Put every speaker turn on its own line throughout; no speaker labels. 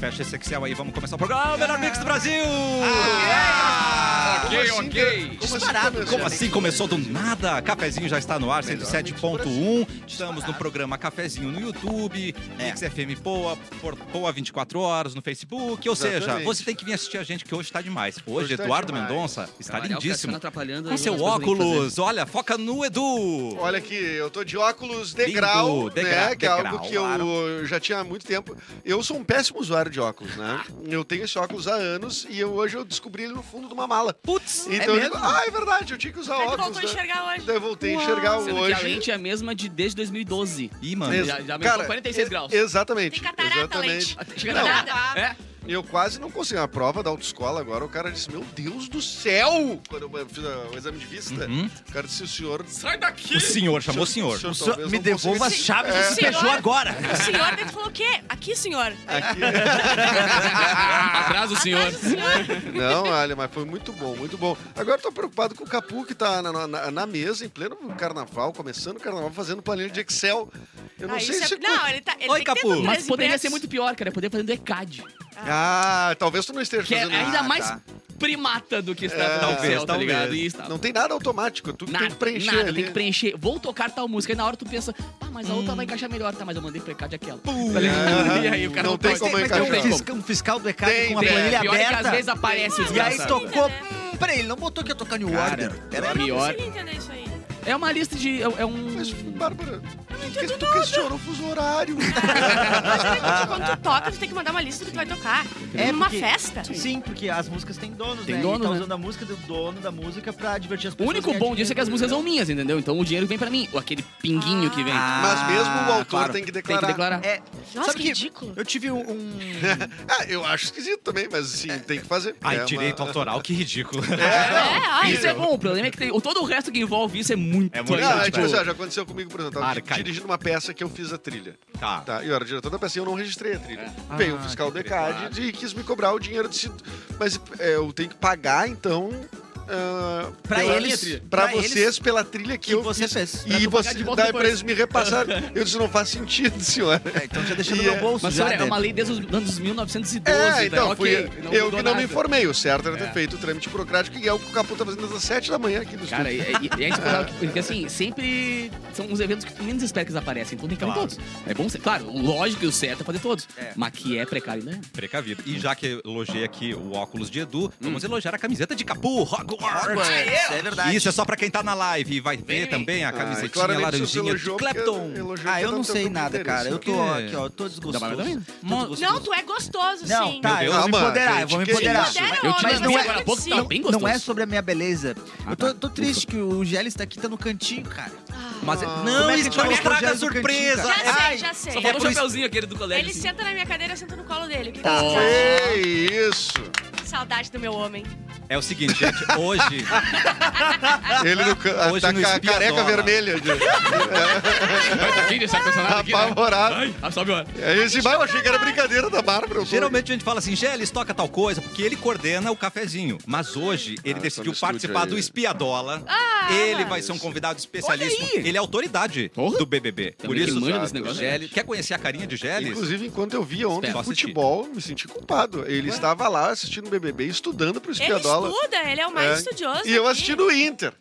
Fecha esse Excel aí, vamos começar o programa. Ah, o melhor mix do Brasil!
Ah,
Ok,
né?
ok.
Disparado.
Como assim começou do nada? Cafezinho já está no ar, 107.1. Estamos no programa Cafezinho no YouTube,
É.
Mix FM Poa, por- Poa 24 horas no Facebook. Ou seja,
Exatamente.
você tem que vir assistir a gente que hoje está demais. Hoje,
Hoje tá
Eduardo
demais.
Mendonça está
Olha, o Cassiano
lindíssimo.
tá
atrapalhando.
Com
as
seu
coisas que eu tenho que
óculos, olha, foca no Edu.
Olha aqui, eu tô de óculos
Lindo,
degrau,
degrau,
né? Que é
degrau,
algo que eu
claro.
já tinha há muito tempo. Eu sou um péssimo usuário de óculos, né? Eu tenho esse óculos há anos e eu- hoje eu descobri ele no fundo de uma mala.
Putz, é
Então eu digo,
mesmo?
ah, é verdade, eu tinha que usar
Aí tu
óculos. né?"
voltou a enxergar hoje.
Daí eu voltei a
Uau.
enxergar
fazer. Sendo que a
hoje.
lente é a mesma de desde 2012.
Ih, mano.
Ex-
Já- já aumentou 46
e-
graus.
Exatamente.
Tem catarata,
exatamente.
Até Chega
Não.
nada. É?
Eu quase não consegui. A prova da autoescola agora, o cara disse, meu Deus do céu! Quando eu fiz ah, o exame de vista,
Uhum.
o cara disse, o senhor...
Sai daqui!
O senhor chamou o senhor.
senhor
Só
talvez
me
não
devolva as
consiga- É.
chaves do
Senhor.
Peugeot agora.
O senhor deve falou o quê? Aqui, senhor.
Aqui. é
Atrás do senhor.
Atrás do senhor.
Não, olha, mas foi muito bom, muito bom. Agora eu tô preocupado com o Capu, que tá na, na- na mesa, em pleno carnaval, começando o carnaval, fazendo planilha de Excel. Eu não
Ah,
sei
isso é-
se...
Não, ele tá. Ele
Oi,
tem que ter
Capu.
com
Mas
13
poderia
metros.
ser muito pior, cara. Poderia fazer no ECAD.
Ah, talvez tu não esteja
Que é
Tá fazendo
ainda
nada. É,
mais primata do que está no
talvez,
Excel, tá
talvez.
ligado? E está-
Não tem nada automático, tu que
Nada,
tem que preencher
nada,
ali.
tem que preencher. Vou tocar tal música. E na hora tu pensa, ah, mas a outra vai encaixar melhor. Tá, mas eu mandei pro ECAD aquela. Tá ligado?
Hum. Aham.
E aí o cara
Não tem
pode-
como
mas tem
Não tem
um,
encaixar.
como.
fisca- um fiscal do ECAD
Tem,
com uma
tem.
planilha
Pior é que às
aberta.
vezes aparece
e aí
desgraçado.
tocou.
Ainda,
Hum, peraí, ele não botou que ia tocar New
Cara,
Order. Peraí.
Eu não
Pior.
consegui entender isso aí.
É uma lista de. É, é um.
Mas, Bárbara, por que
entendo
tu
nada.
questionou o fuso horário?
Imagina quando tu toca, tu tem que mandar uma lista do que tu vai tocar. É numa
porque-
festa.
Sim, porque as músicas têm donos,
Tem
né?
dono,
ele tá
né?
usando a música do dono da música pra divertir as
O
pessoas.
único
ganhar
bom disso é que as músicas
dinheiro, né?
são minhas, entendeu? Então o dinheiro vem pra mim. Ou aquele pinguinho que vem.
Ah,
Mas mesmo o autor
claro.
tem que
Tem
declarar.
que declarar.
É,
Nossa, que
Sabe que-
ridículo.
eu tive um... um-
Ah, eu acho esquisito também, mas sim, tem que fazer.
Ai,
É uma-
direito autoral, que ridículo.
É, ó,
Isso é bom, o problema é que tem, o- todo o resto que envolve isso é muito.
É muito
Não, é,
Tipo-
tipo, assim, ó, já aconteceu comigo, por exemplo, eu tava
Arcaico.
dirigindo uma peça que eu fiz a trilha.
Tá.
Tá, eu era diretor da peça e eu não registrei a trilha. Veio o fiscal do ECAD e quis me cobrar o dinheiro de si- Mas é, eu tenho que pagar, então. ah,
Pra
pela-
eles,
Pra,
pra
vocês,
eles
pela trilha que,
que
eu
você
fiz.
fez.
E
tu pagar
você,
de volta
daí
depois.
pra eles me repassaram. Eu disse, não faz sentido, senhora.
É, então já deixando
E
no meu
é-
bolso
Mas
já,
olha, é
né?
uma lei desde os anos 1912.
É,
né?
então,
Ok,
fui eu que
mudou
não me
nada.
informei. O certo era ter feito o trâmite burocrático, que é o que o Capu tá fazendo às 7 da manhã aqui no
Cara,
estúdio.
e, e, e é esperar que, porque assim, sempre são os eventos que tu menos espera que eles aparecem, então tem que fazer
Claro.
todos. É bom ser, claro, lógico que o certo é fazer todos,
É.
mas que é precário, né?
Precavido. E já que elogiei aqui o óculos de Edu, vamos elogiar a camiseta de Capu, Hogwarts.
Isso Hum. é verdade.
Isso é só pra quem tá na live. E vai ver também a camisetinha
Ah, claramente isso
laranjinha de
elogiou porque
Clapton.
elogiou
Ah,
porque
eu não
tem
sei
tanto
nada,
interesse,
cara. Eu
né?
tô aqui, ó, eu tô
Da
desgostoso.
Bárbara também.
Tô
Não,
desgostoso.
Não, tu é gostoso,
Não,
sim.
tá, eu
Deus.
vou me
Ah, mano,
empoderar, eu
gente,
vou me
que
empoderar.
isso?
Empodera
Eu te-
hoje,
mas
vai
não
ser
é- agora há pouco tá
bonitinho.
bem gostoso.
Não é sobre a minha beleza.
Ah,
eu tô,
tá.
tô triste que o Gélis tá aqui, tá no cantinho, cara.
Mas
Como
não,
é que
isso
chama
não
esse
estraga a
projeto do
surpresa.
cantinho,
Já
cara?
sei,
Ai,
já sei.
Só falta o
por isso-
chapeuzinho aquele do colégio.
Ele
assim.
senta na minha cadeira, eu sento no colo dele. O que que
Ó.
tá
Que isso!
Saudade do meu homem.
É o seguinte, gente. Hoje,
Ele no, ca-
Hoje
tá
no
com a
Espiadola.
careca vermelha.
Quem sabe personagem aqui, né?
Apavorado.
Ai, ah, sobe, ó.
É esse vai, eu achei que era brincadeira da Bárbara. eu tô-
geralmente a gente fala assim, Gélis, toca tal coisa, porque ele coordena o cafezinho. Mas hoje, ele
Ah,
decidiu
tá no
participar
estúdio aí.
do Espiadola.
Ah,
ele vai ser um convidado especialista.
Olha aí.
Ele é autoridade
Porra.
do BBB. Por
Também
isso, ah, É.
quem manja desse
exato,
negócio.
Gélis... Quer conhecer a carinha de
é
Gélis?
né? Inclusive, enquanto eu via ontem
Espera, só assistir.
futebol, me senti culpado. Ele estava lá assistindo o BBB, estudando pro
Ele
Espiadola.
estuda, ele é o mais
É.
estudioso.
E eu
aqui.
assistindo o Inter.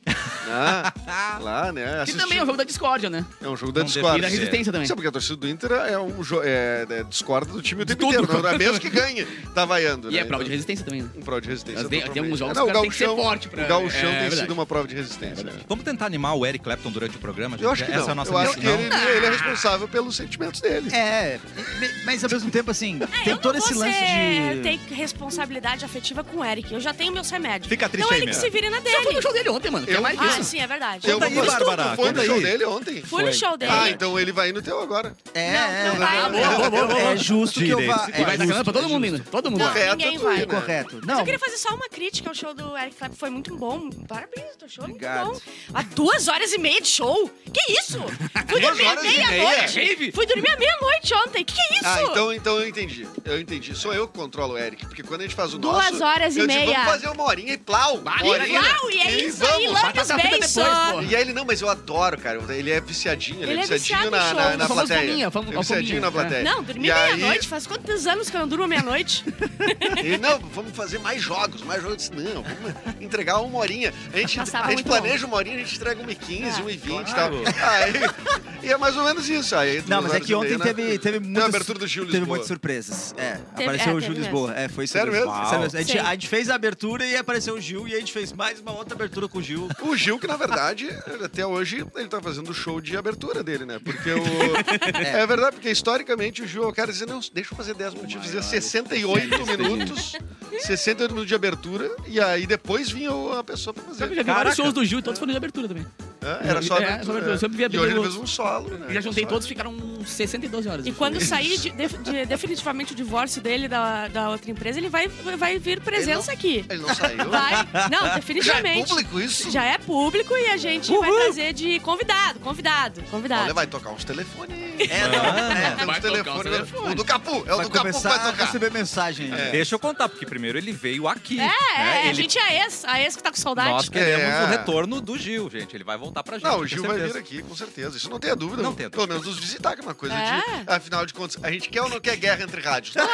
Ah, lá, né?
Que
assisti-
também é o jogo da discórdia, né?
É um jogo da
Não
E da
discórdia.
deve-
resistência também.
Sabe porque a torcida do Inter é um jogo. É, é, discorda do time o
De
tempo
tudo.
inteiro. Não é mesmo que ganhe. Tá vaiando.
E
né?
é prova de
Então,
resistência também, né?
Um prova de resistência.
Mas tem- tem
totalmente. É,
alguns jogos
Não,
que o cara tem que ser
gauchão-
forte pra-
O Gauchão
é,
tem
é
sido
verdade.
uma prova de resistência. né?
Vamos tentar animar o Eric Clapton durante o programa, gente?
Eu acho que
Essa
não.
é a é nossa
eu acho que
missão.
ele, ele é responsável pelos sentimentos dele.
É, me- mas ao mesmo tempo, assim,
É, eu
tem
não
todo
vou
esse lance
ser-
de.
Tem responsabilidade afetiva com o Eric. Eu já tenho meus remédios.
Fica triste
então
aí
ele que
mesmo.
se vire na
Você foi
dele.
no show dele ontem, mano. Que é
Eu
mais
Ah,
isso.
sim, é verdade.
Eu
Conta
vou
aí,
falar-
Bárbara.
Foi no
Conta
show
aí.
dele ontem.
Fui no show dele.
Ah, então ele vai ir no teu agora.
É,
Não, não
é,
vai,
é,
não.
é, é justo que eu
Direito,
vá.
se
E vai
é
dar
justo,
canal pra todo mundo ainda. Todo mundo.
Não,
lá.
Correto,
ninguém
tu,
vai.
né?
é correto.
Mas
Não,
eu queria fazer só uma crítica ao show do Eric Clapton. Foi muito bom. Parabéns, teu show é muito
Obrigado.
bom. Há duas horas e meia de show. Que isso? Fui dormir à
horas e meia?
É
meia-noite. Fui dormir à meia-noite ontem. Que que é isso?
Ah, então, então eu entendi. Eu entendi. Sou eu que controlo o Eric, porque quando a gente faz o
Duas
nosso...
horas e
eu digo,
meia.
vamos fazer uma horinha e plau.
Vai,
uma horinha.
Uau, e é isso aí,
vamos.
lambe meus
passar a fita
bens
depois,
só.
pô.
E aí ele, não, mas eu adoro, cara. Ele é viciadinho, ele,
Ele
é
é
viciadinho
viciado em
na,
show.
na, na
Famoso
plateia.
fominha, fam-
é viciadinho
fominha,
na
é.
plateia.
Não, dormi
E aí-
meia-noite. Faz quantos anos que eu não durmo meia-noite?
E, não, vamos fazer mais jogos, mais jogos. Eu disse, Não, vamos entregar uma horinha. A gente,
Passava
a gente
muito
planeja uma horinha, a gente entrega 1h15,
É,
1h20 e
claro.
tal. Aí, e é mais ou menos isso. Aí,
Não,
duas
mas é
horas
que
e
ontem
meia, né?
teve, teve
Tem a
muitas...
abertura do Gil
Teve
Lisboa.
muitas surpresas. É,
Teve-
apareceu
é,
o Gil
teve
Lisboa. É, foi isso
Sério
mesmo?
mesmo?
Sério mesmo. A, gente,
Sim.
a gente fez a abertura e apareceu o Gil e a gente fez mais uma outra abertura com o Gil.
O Gil, que na verdade, até hoje, ele tá fazendo o show de abertura dele, né? Porque o. É verdade, porque historicamente o Gil, eu quero dizer, não, deixa eu fazer 10 minutos, eu fazia 68 minutos, 68 minutos de abertura, e aí depois vinha o- a pessoa pra fazer.
Eu já vi vários
Caraca.
shows do Gil e todos foram de abertura também.
Hã? Era só
É,
abertura.
só abertura, eu sempre via
e hoje ele
abertura.
fez um solo, né?
Eu já juntei
Só-
todos, ficaram 62 horas.
E quando sair de- de- de- definitivamente o divórcio dele da, da outra empresa, ele vai, vai vir presença aqui.
Ele não saiu.
Vai. Não,
Já é
definitivamente.
público isso?
Já é público e a gente vai trazer de convidado, convidado,
Olha,
convidado.
vai tocar uns telefones. É,
É,
tem uns
Vai tocar uns
telefones.
telefones.
O do Capu, é o
Vai
do Capu que
começar
vai
a
tocar.
receber mensagem.
É.
Deixa eu contar, porque primeiro ele veio aqui.
É, é,
né?
a
Ele-
gente é ex, a ex que tá com saudade.
Nós queremos
É.
o retorno do Gil, gente. Ele vai voltar pra gente.
Não, o
eu tenho
Gil vai vir
certeza.
aqui, com certeza. Isso não tem a dúvida.
Não tem a dúvida.
Pelo menos nos visitar, que é uma coisa
É.
de. Afinal de contas, a gente quer ou não quer guerra entre rádios?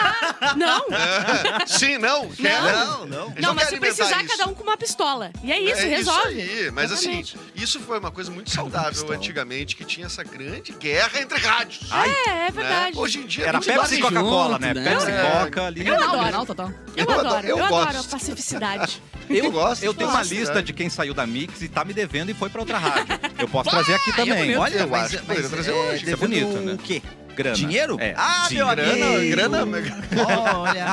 Não,
É. Sim, não? Quer?
Não, não.
Eles
não, mas
querem
se
alimentar
precisar,
isso.
cada um com uma pistola. E é isso,
É
resolve.
Isso aí. Mas assim,
Exatamente.
isso foi uma coisa muito saudável antigamente, que tinha essa grande guerra entre rádios.
Ai,
É, é
né?
verdade.
Hoje em dia. é
Era
muito
Pepsi e
bacana.
Coca-Cola,
junto,
né?
né?
Pepsi
É.
e Coca ali.
Eu adoro.
Regional, total.
Eu,
Eu
adoro,
adoro,
eu,
eu
adoro a
gosto.
pacificidade.
Eu gosto.
Eu tenho uma
gosto,
lista
né?
de quem saiu da Mix e tá me devendo e foi pra outra rádio. Eu posso trazer
Ah, é
aqui também.
bonito.
Olha,
Eu
mas,
acho que
mas,
poderia trazer um
é,
hoje,
que é
devendo
bonito, né?
O quê?
Grana.
Dinheiro?
É.
Ah, meu amigo.
Grana, grana.
Olha.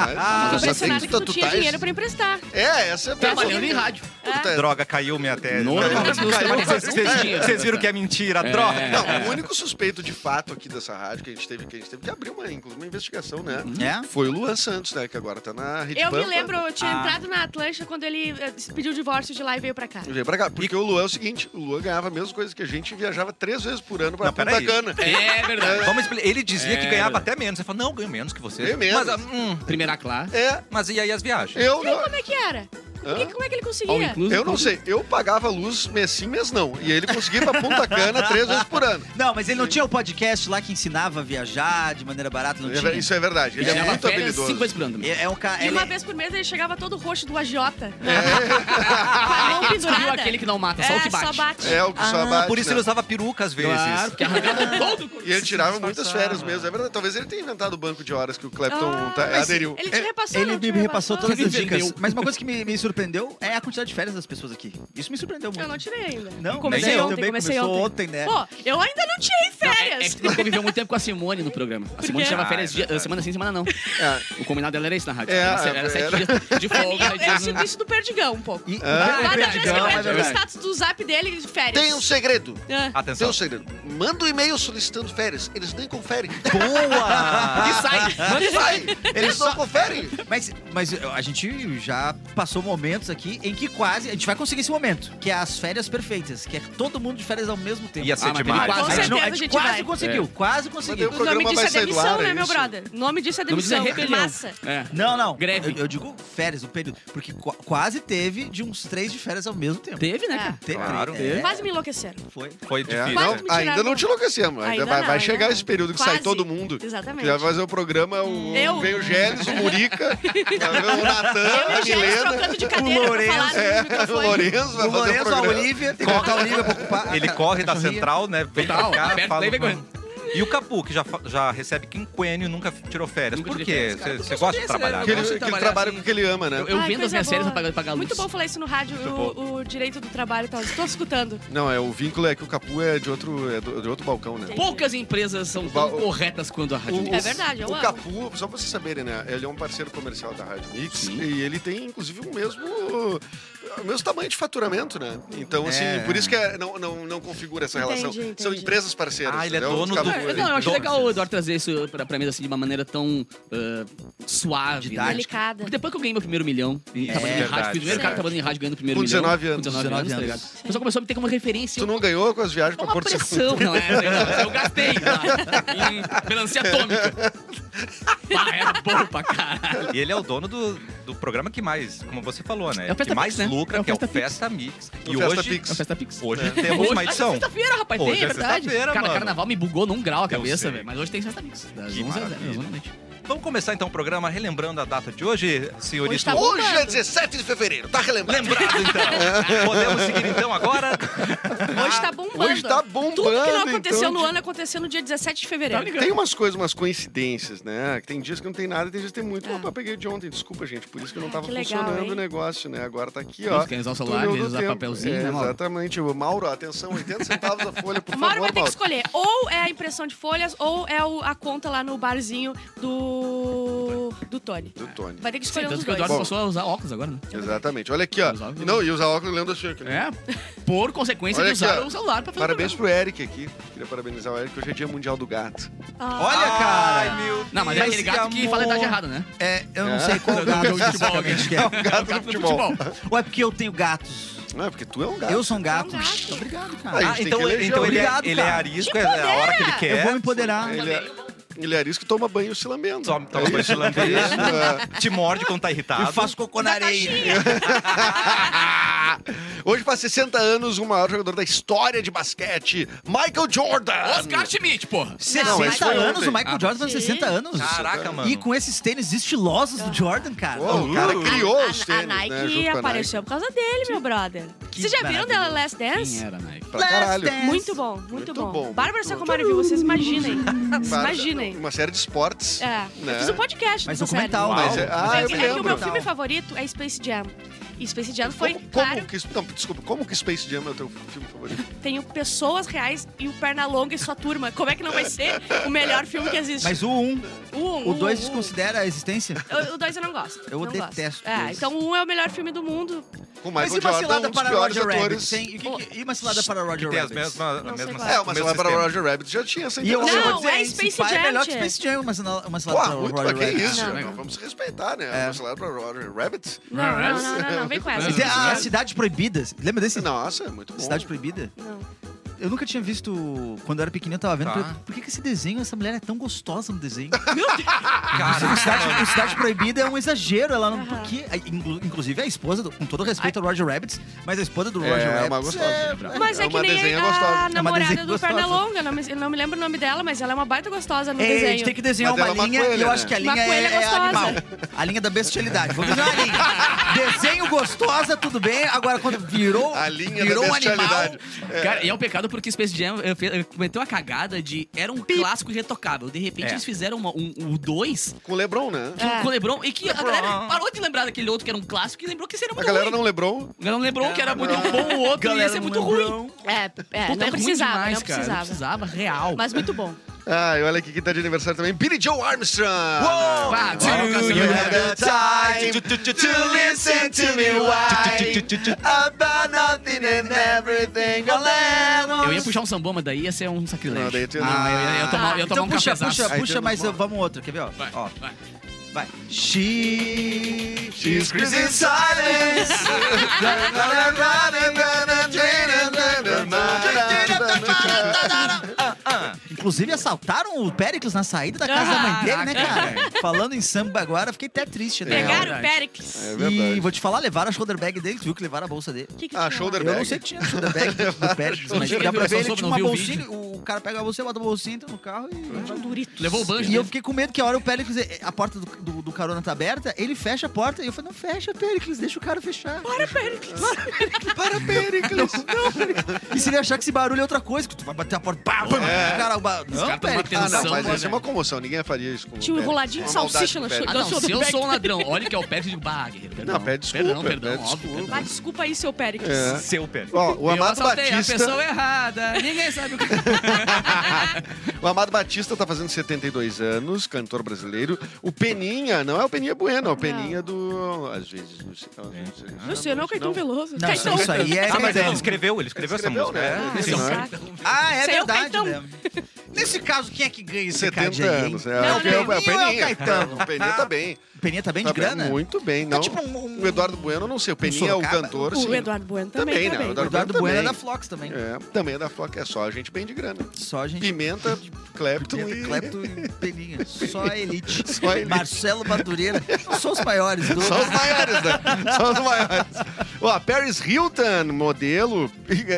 Tô
Ah, já sei
impressionada
que
que tu
tu
tinha
tá-
dinheiro pra emprestar.
É, essa é a
Trabalhando em rádio.
É.
Puta,
Droga, caiu minha tese.
Não,
Droga,
não, não,
caiu.
não, não, não,
Vocês-
não,
vocês-
não, não, não,
Vocês viram
não,
que é mentira,
É.
droga.
Não, o único suspeito de fato aqui dessa rádio que a gente teve, que a gente teve que abrir uma, inclusive, uma investigação, né?
Uhum.
É?
Foi o Luan Santos, né? Que agora tá na Rede
Eu me
Pampa.
lembro, eu tinha
Ah.
entrado na Atlântica quando ele eh, pediu o divórcio de lá e veio pra cá.
Eu veio pra cá. Porque o Luan é o seguinte, o Luan ganhava a mesma coisa que a gente e viajava três vezes por ano pra
Não,
Punta
peraí.
Cana.
É verdade.
Vamos explicar. Ele dizia
É.
que ganhava até menos. Você fala, não, eu ganho menos que você.
Ganho menos.
Mas, ah, hum,
Primeira classe.
É,
mas e aí as viagens?
eu
E aí,
não...
como é que era?
Hã?
E como é que ele
All
conseguia?
inclusive.
Eu não sei, eu pagava luz mês sim, mês não. E ele conseguia ir pra Punta Cana três vezes por ano.
Não, mas ele não tinha o podcast lá que ensinava a viajar de maneira barata, não tinha?
Isso é verdade, ele
Ele
é
tirava
muito
férias cinco
habilidoso.
vezes por ano também.
É é um cara...
E
ele-
uma vez por mês ele chegava todo roxo do agiota. Com a
Descobriu
mão Ah, é pendurada.
aquele que não mata, só
é,
o que bate.
só bate.
É o que só bate,
Ah, Por isso
né?
ele usava peruca às vezes.
Claro, porque um arrancavam todo o corpo.
E ele tirava muitas
disfarçava.
férias mesmo, é verdade. Talvez ele tenha inventado o banco de horas que o Clapton
Ah,
tá-
mas
aderiu.
Ele te repassou,
É, Ele
não te
me repassou todas
Ele
as
me vendeu.
dicas. Mas uma coisa que me, me surpreendeu é a quantidade de férias das pessoas aqui. Isso me surpreendeu muito.
Eu não tirei ainda.
Não,
comecei
nem eu
ontem,
também,
comecei
começou
ontem.
ontem, né?
Pô, eu ainda não tirei
É
férias.
que tu conviveu muito tempo com a Simone no programa. A Simone
quê?
tirava
Ah,
férias
é
dia-
verdade.
semana sim, semana não.
É.
O combinado dela era isso na rádio.
É,
era, se- era
era.
sete dias de folga.
Eu,
sete
eu
dias-
sinto isso do Perdigão é um pouco.
E,
Ah,
Vai,
Cada vez que eu
Perdigão, é
entro no
verdade.
status do zap dele, ele férias.
Tem um segredo.
Ah.
Tem
Atenção.
um segredo. Manda um e-mail solicitando férias. Eles nem conferem.
Boa!
E sai.
Manda e sai. Eles só conferem.
Mas, mas eu- a gente já passou momentos aqui em que quase. A gente vai conseguir esse momento, que é as férias perfeitas, que é todo mundo de férias ao mesmo tempo.
Ia ser
Ah, mas teve
demais.
quase,
a, gente
certeza
não, a
a
gente
gente
quase
vai.
É.
conseguiu, quase conseguiu.
Mas
O nome
programa
disso
vai
é
sair do
demissão,
ar, é
né, meu
isso?
brother? O nome disso é
Não me diz
demissão. é
rebelião.
massa.
É.
Não, não.
Greve.
Eu, eu digo férias, um período. Porque qua- quase teve de uns três de férias ao mesmo tempo.
Teve, né,
É.
cara?
Teve,
Claro.
é,
Quase me enlouqueceram.
Foi.
Foi
É.
difícil.
Quase
É, Não,
né?
me tiraram
ainda não
do-
te enlouquecemos. Ainda,
Ainda
vai,
não,
vai
ainda
chegar
não.
esse período que sai
Quase.
todo mundo.
Exatamente.
Que vai fazer o programa, o,
Eu?
vem o Gélis, o Murica, vai ver o
Eu
Natan,
e
a
o Gênesis
Milena.
trocando de cadeira pra falar no
É, o
microfone.
Lourenço vai
o
fazer
um
o
Lourenço, a
programa.
Olivia, tem que botar a Olivia pra ocupar.
Ele
a- a
corre da
cachorrinha.
central, né? Vem
Total,
pra cá,
aperta,
fala...
daí vem correndo.
E o Capu, que já, fa- já recebe quinquênio e nunca f- tirou férias.
Nunca
Por
tirei
quê?
férias, cara, porque
Você
eu sou
gosta de
desse, né?
trabalhar?
Que
né?
ele,
gosto de
que ele
trabalhar
trabalha
assim.
com o que ele ama, né?
Eu, eu
Ai,
vendo as
coisa
minhas séries
boa.
pra pagar, pagar luz.
Muito bom falar isso no rádio,
Muito
o, o direito do trabalho e tal. Estou escutando.
Não, é, o vínculo é que o Capu é de outro, é do- de outro balcão, né?
Poucas empresas são tão
Ba- o-
corretas quanto a Rádio
O-
Mix.
É verdade, eu
o
amo.
Capu, só pra vocês saberem, né? Ele é um parceiro comercial da Rádio Mix
Sim.
e ele tem, inclusive, o mesmo, o mesmo tamanho de faturamento, né? Então, assim,
É.
por isso que é- não, não, não configura essa relação.
Entendi,
São
entendi.
empresas parceiras.
Ah, ele é
entendeu?
dono
O Capu,
do-
ele-
Não, eu acho
Dono.
legal o Eduardo trazer isso pra, pra mim assim, de uma maneira tão ah, suave, né?
Didática.
Delicada.
Porque depois que eu ganhei meu primeiro milhão, e
É,
trabalhando em rádio,
verdade,
fui o primeiro cara
verdade.
trabalhando em rádio ganhando o primeiro
Com
milhão.
19 anos.
Com 19 anos, tá
19
ligado? O pessoal começou a me ter como referência.
Tu
eu-
não ganhou com as viagens pra
uma
Porto Seguro.
pressão, não é? Eu gastei lá, em melancia atômica. Pá, Ah, era bom pra caralho.
E ele é o dono do, do programa que mais, como você falou, né?
É o Festa
que mais
Pix, né?
lucra,
É o
que é o
Festa Pix.
Festa Mix.
O
E
Festa
hoje,
Pix.
É o Festa Pix.
hoje temos uma
Ah,
edição.
sexta-feira, rapaz,
Hoje
tem,
é
é verdade.
sexta-feira,
Cara,
mano.
carnaval me bugou num grau a
sei.
cabeça, velho. Mas hoje tem festa mix. Das
Que
11 às
maravilha.
10 da noite.
Vamos começar então o programa relembrando a data de hoje, senhorita.
Hoje tá bom.
Hoje é 17 de fevereiro, tá relembrado?
Lembrado então. Podemos seguir então agora?
Hoje tá bombando.
Hoje tá bombando.
Tudo que não aconteceu
então,
no ano aconteceu no dia 17 de
Tá
fevereiro.
ligado?
Tem umas coisas, umas coincidências, né? Que Tem dias que não tem nada, tem dias que tem muito. Opa, peguei de ontem, desculpa, gente. Por isso que não
É. Ah,
tava
que legal,
funcionando
hein?
o negócio, né? Agora tá aqui, ó.
Tem que usar o celular,
túnel
tem que
do
usar
tempo.
papelzinho,
É,
né, Mauro?
Exatamente. Ô, Mauro, atenção, 80 centavos a folha, por
O Mauro
favor,
vai ter que
Mauro.
escolher. Ou é a impressão de folhas, ou é o- a conta lá no barzinho do. do Tony.
Do Tony.
Vai ter que escolher um
Tanto
dos
que o
dois.
Eduardo
Bom.
passou a usar óculos agora, né?
Exatamente. Olha aqui, ó.
Usar óculos.
Não, e usar óculos lendo assim. aqui, né?
É. Por consequência
Olha
de
aqui,
usar
ó.
o celular pra fazer
Parabéns
o programa.
pro Eric aqui. Queria parabenizar o Eric, hoje é dia mundial do gato.
Ah,
Olha, cara.
Ai, meu
Não, mas é aquele
Esse
gato que
amor.
fala a idade errada, né?
É, eu não
É.
sei qual
Não,
gato
jogo de futebol,
especificamente que é.
É o
gato
gato
do
do futebol.
Ou é porque eu tenho gatos?
Não, é porque tu é um gato.
Eu sou um gato.
um gato.
Obrigado,
Aí,
cara.
Ah,
gente tem
então,
que eleger.
um
então ele, é,
Obrigado,
ele é
cara.
arisco, é a hora que ele
Eu
quer.
vou me empoderar.
Ele é, ele é arisco, toma banho se lambendo.
Toma- toma banho se lambendo.
Isso, é.
Te morde quando tá irritado.
Eu faço cocô na areia.
Hoje faz 60 anos o maior jogador da história de basquete, Michael Jordan.
Oscar Schmidt, porra.
60
mas foi
anos,
ontem.
o Michael Jordan faz
sim.
60 anos.
Caraca, mano.
E com esses tênis estilosos do Jordan, cara.
Uou, o cara
Uh.
criou
a-
os
a,
tênis,
Nike
né, junto com a
apareceu por causa dele, meu brother.
Que é.
Vocês já viram dela Last
Quem
Dance?
era, Nike?
Pra caralho.
Last Dance.
Muito bom, muito,
Muito
bom.
bom,
Bárbara
muito bom.
Sacomari viu, vocês imaginem. Vocês
Para-
imaginem.
Uma série de esportes.
É,
Né?
eu fiz um podcast
Mas
nessa série.
documental,
Uau.
mas
Mas
é-
é-
ah, eu
é,
me
que, é que
lembro.
o meu filme favorito é Space Jam. E Space Jam foi,
como,
claro,
como que, não, desculpa, como que Space Jam é o teu filme favorito?
tenho pessoas reais e o Pernalonga e sua turma. Como é que não vai ser o melhor filme que existe?
Mas o 1,
o 1,
o 2 desconsidera a existência?
O 2 eu não gosto.
Eu
não gosto.
detesto
É,
dois.
então o 1 um é o melhor filme do mundo.
Com
Mas e
Michael
uma
Jordan,
cilada
um dos
para
piores
Roger
atores.
Rabbit? Tem- e que- E uma cilada para Roger
Tem as
Rabbit?
mesmas.
Não
a
sei
mesma-
qual
É, uma
o mesmo
cilada para
sistema.
Roger Rabbit já tinha essa
E eu,
interação.
eu vou
Não,
dizer,
é
hein,
Space
esse pai é
Jam,
melhor que
tchê.
Space Jam, uma cilada, uma cilada
Pô,
para
muito,
Roger
mas que
Rabbit. É.
isso?
Não.
Não, vamos respeitar, né? Uma cilada para Roger Rabbit.
Não,
é
não, não, não, não, vem com essa.
E
Não,
tem a
Uhum.
não.
Cidade Proibida. Lembra desse?
Nossa, é muito bom.
Cidade Proibida?
Não.
Eu nunca tinha visto. Quando eu era pequenininho, eu tava vendo.
Tá.
falei, Por que, que esse desenho, essa mulher é tão gostosa no desenho? o,
Caraca,
Cidade, o Cidade Proibida é um exagero. Ela não.
Aham.
Porque, a- inclu- inclusive, a esposa, do- com todo respeito ao Roger Rabbit, mas a esposa do
É,
Roger
é
Rabbit.
uma gostosa.
Mas é,
É
que
uma
nem
desenha
a
gostosa.
É uma
namorada do
desenha
Pernalonga. Não me, eu não me lembro o nome dela, mas ela é uma baita gostosa no
É, a gente
desenho.
tem que desenhar
Mas ela é
uma
uma
linha e
coelha,
eu acho
né?
que a
Uma
linha é,
coelha
é
gostosa.
animal. A linha da bestialidade. Vou desenhar uma linha. Desenho gostosa, tudo bem. Agora, quando virou,
A linha da
virou um animal.
bestialidade.
Cara, e é um pecado porque Space Jam eh, fe- eh, cometeu a cagada de. Era um clássico irretocável. De repente
É.
eles fizeram uma- um- o 2
Com o Lebron, né?
É.
com o Lebron e que a galera parou de lembrar daquele outro que era um clássico e lembrou que seria
A
muito
galera
ruim.
não lembrou.
A galera não lembrou que era muito bom o outro e ia ser muito ruim.
É, é
Puta,
não
ruim
precisava,
demais,
não
cara.
precisava.
Não precisava, real.
Mas muito bom.
Ah, e olha aqui que tá de aniversário também. Billy Joe Armstrong. Ah,
Pá,
Do
Cassiano,
you
né?
have the time to listen to me whine about nothing and everything
Eu ia puxar um samboma, daí ia ser um sacrilégio.
Não, daí tu-
Ah, eu ia, eu ia tomar, eu ia tomar
então
um
puxa,
cafezaço.
puxa,
Aí
puxa,
tem
mas
uma-
eu- vamos outra. Quer ver? Ó.
Vai,
Ó,
vai.
vai. She,
She's
crazy
crazy silence.
Inclusive, assaltaram o Péricles na saída da casa da mãe
Ah,
dele, né, cara? Falando em samba agora, eu fiquei até triste, né?
Pegaram o
verdade.
Pericles.
É
E
verdade.
vou te falar, levaram a shoulder bag dele, tu viu que levaram a bolsa dele.
Que que
Ah,
tinha lá?
shoulder
Eu não
bag.
sei que tinha shoulder bag do Péricles, mas
Eu
dá
vi,
pra
eu
ver,
só
ele
soube,
tinha
não
uma
vi o
bolsinha, o cara pega a bolsa, bota a bolsinha, entra no carro e...
Doritos.
Levou o banjo.
E eu
né?
fiquei com medo que a hora o Péricles, a porta do, do- do carona tá aberta, ele fecha a porta e eu falei, não fecha, Péricles, deixa o cara fechar.
Para, Pericles.
Para Pericles.
E se ele achar que esse barulho é outra coisa, que tu vai bater a porta, pá, pá,
É.
cara, o ba-
caras
Não,
tão uma
Péricles,
Ah,
tensão,
não, mas
né,
ia ser
velho?
uma comoção. Ninguém faria isso com o
Tinha um
Péricles.
enroladinho de
Uma maldade
salsicha
com
no
o Péricles.
Ah,
Eu
não,
sou
se eu
back.
sou um ladrão, olha que é o Pérez de Bah, guerreiro, perdão.
Não, pede desculpa,
Perdão, perdão,
pede
óbvio,
desculpa.
perdão.
Ah, desculpa aí, seu Pericles.
É.
Seu pé.
Ó, o
eu
Amado
assaltei a
Batista.
pessoa errada, ninguém sabe o que...
O Amado Batista tá fazendo 72 anos, cantor brasileiro. O Peninha, não é o Peninha Bueno, é o Peninha do. Às vezes, não sei. às vezes,
Luciano é o Caetano Veloso.
Não,
Caetano. Ah,
isso aí é...
Ah, mas
Caetano.
ele escreveu, ele escreveu essa
Escreveu,
música.
né?
É,
Ele
sim.
não é.
Saca.
Ah, é
Sem o
verdade,
Caetano.
né? Nesse caso, quem é que ganha esse
70
card aí, hein?
anos. É,
Não,
o, é, o- é o
não, não.
Peninha.
E o Caetano?
O Peninha tá bem.
O Peninha tá bem
Tá
de
bem,
grana?
Muito bem.
Tá
Não,
tipo um-
O Eduardo Bueno, eu não sei. O Peninha é o
Sorocaba?
cantor, sim.
O Eduardo Bueno também.
Também, né?
também.
O Eduardo
Também.
Bueno é da Flox também.
É, também é da Flock. É só a gente bem de grana.
Só a gente...
Pimenta, Clapton
Pimenta,
e...
Clepto e Peninha. Só a elite.
Só a elite.
Marcelo Madureira. Só os maiores. Do...
Só os maiores, né? Só os maiores. Ó, Paris Hilton, modelo.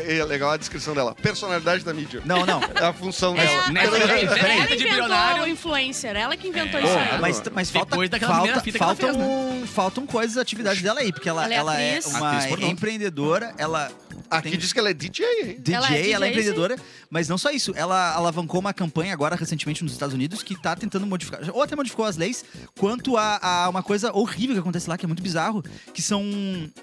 É legal a descrição dela. Personalidade da mídia.
Não, não.
É a função
Ela,
dela.
Nessa
ela,
aí,
ela,
peraí, de
inventou
bilionário.
o influencer, ela que inventou
É.
isso
Bom,
aí.
Mas,
Depois
mas falta,
daquela primeira
falta,
fita que ela
faltam,
fez, né?
faltam coisas, atividades dela aí, porque ela,
Ela
ela,
é
é,
atriz.
uma
Atriz pornô.
empreendedora, ela
Aqui
Tem-
diz que ela é DJ, hein?
DJ,
Ela
ela
é
é,
DJ,
empreendedora, mas não só isso, ela alavancou uma campanha agora recentemente nos Estados Unidos que tá tentando modificar, ou até modificou as leis, quanto a, a uma coisa horrível que acontece lá, que é muito bizarro, que são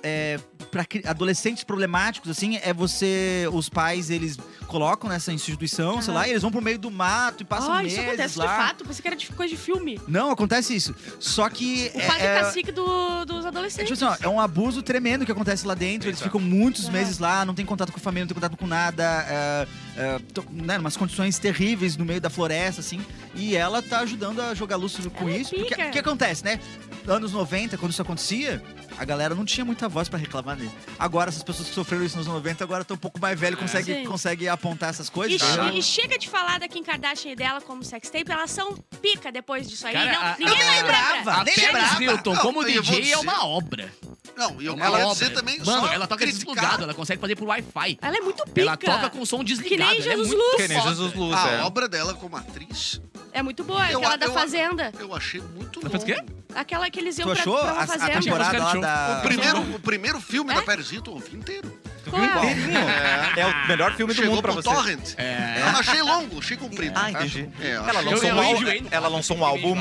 é, para adolescentes problemáticos, assim, é você, os pais, eles colocam nessa instituição, sei lá, e eles vão pro meio do mato e passam
Ah,
meses
isso acontece
lá.
de fato, pensei que era de coisa de filme.
Não, acontece isso. Só que
O
é-
padre tá
é-
cacique do- dos
é, tipo
adolescentes.
assim, ó, é um abuso tremendo que acontece lá dentro. Eles
Exato.
ficam muitos
Aham.
meses lá, não tem contato com a família, não tem contato com nada. É, é, to- né, umas condições terríveis no meio da floresta, assim. E ela tá ajudando a jogar luz com
Ela é
isso. Porque
pica.
o que acontece, né? Anos 90, quando isso acontecia, a galera não tinha muita voz pra reclamar dele. Agora, essas pessoas que sofreram isso nos anos 90, agora estão um pouco mais velho, consegue,
Sim.
consegue apontar essas
E,
coisas.
che-
tá?
e chega de falar da Kim Kardashian e dela como sextape, elas são pica depois disso aí.
Cara,
não,
a-
ninguém
eu
mais
lembrava.
lembra.
A
nem
Paris
lembrava.
Hilton, como
Não, eu vou
DJ, é
dizer-
uma obra.
Não, e eu
Uma
queria
obra.
dizer também.
Mano,
só
ela toca
criticar-
desplugado, ela consegue fazer por Wi-Fi.
Ela é muito pica.
Ela toca com som
Que
desligado. ela é
nem Jesus
muito
Luz.
Que nem
foda.
Jesus Luz,
A
é.
obra dela como atriz,
É muito boa,
Eu-
aquela da
eu-
Fazenda.
eu achei muito
Ela
longa.
fez o quê?
Aquela que eles iam
Tu
pra,
achou
pra uma
a, a
Tá
fazenda.
temporada lá
Show.
da...
O primeiro, o primeiro filme da Paris Hilton, eu vi inteiro.
Qual é?
É.
Ah,
o melhor filme do
Chegou
mundo pra
pro
você.
Torrent. Eu não achei longo, achei comprido.
Ah,
tá?
entendi.
É, eu
Ela
achei-
lançou,
eu
um álbum,
enjoei no-
ela lançou um álbum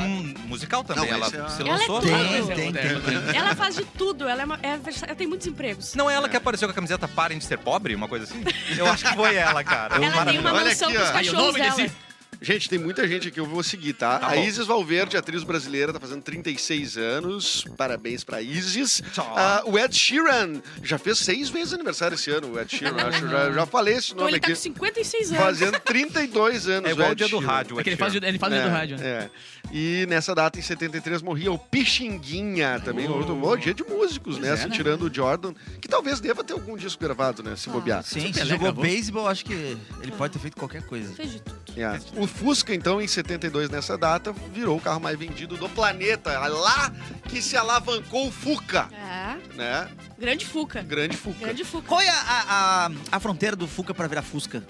musical também.
Não,
ela
mas é-
se
Ela
é
lançou.
tudo.
Tem, tem, tem.
Ela faz de tudo, ela, é uma- é vers- ela tem muitos empregos.
Não é ela que apareceu com a camiseta Parem de Ser Pobre? Uma coisa assim? Eu acho que foi ela,
é
cara.
um
ela tem uma
Maravilhosa.
Olha
mansão
aqui,
com os
ó.
Aí, o
cachorros
nome
dela.
desse
Gente, tem muita gente aqui, eu vou seguir, tá?
Tá
a
bom.
Isis Valverde, atriz brasileira, tá fazendo 36 anos. Parabéns pra Isis.
Tchau.
Ah, o Ed Sheeran já fez seis vezes aniversário esse ano, o Ed Sheeran. acho, já, já falei esse
Então
nome
ele tá
aqui.
com 56 anos.
Fazendo 32 anos.
É igual o
Ed
dia do
Sheeran.
rádio.
É que ele
Ed
faz,
Sheeran.
ele faz dentro do rádio. né?
É. E nessa data, em 73, morria o Pixinguinha também.
Oh.
Outro bom dia de músicos,
Pois
né?
é,
Se
né?
tirando o Jordan, que talvez deva ter algum disco gravado, né? Se
Ah.
bobear.
Sim,
Pelé
se jogou
gravou.
beisebol, acho que ele pode ter feito qualquer coisa.
Fez de tudo.
É. O Fusca, então, em 72, nessa data, virou o carro mais vendido do planeta. É Lá que se alavancou o Fuca,
É,
né?
grande Fuca.
Grande Fuca.
Grande Fuca.
Qual é a, a, a- a fronteira do Fuca pra virar Fusca?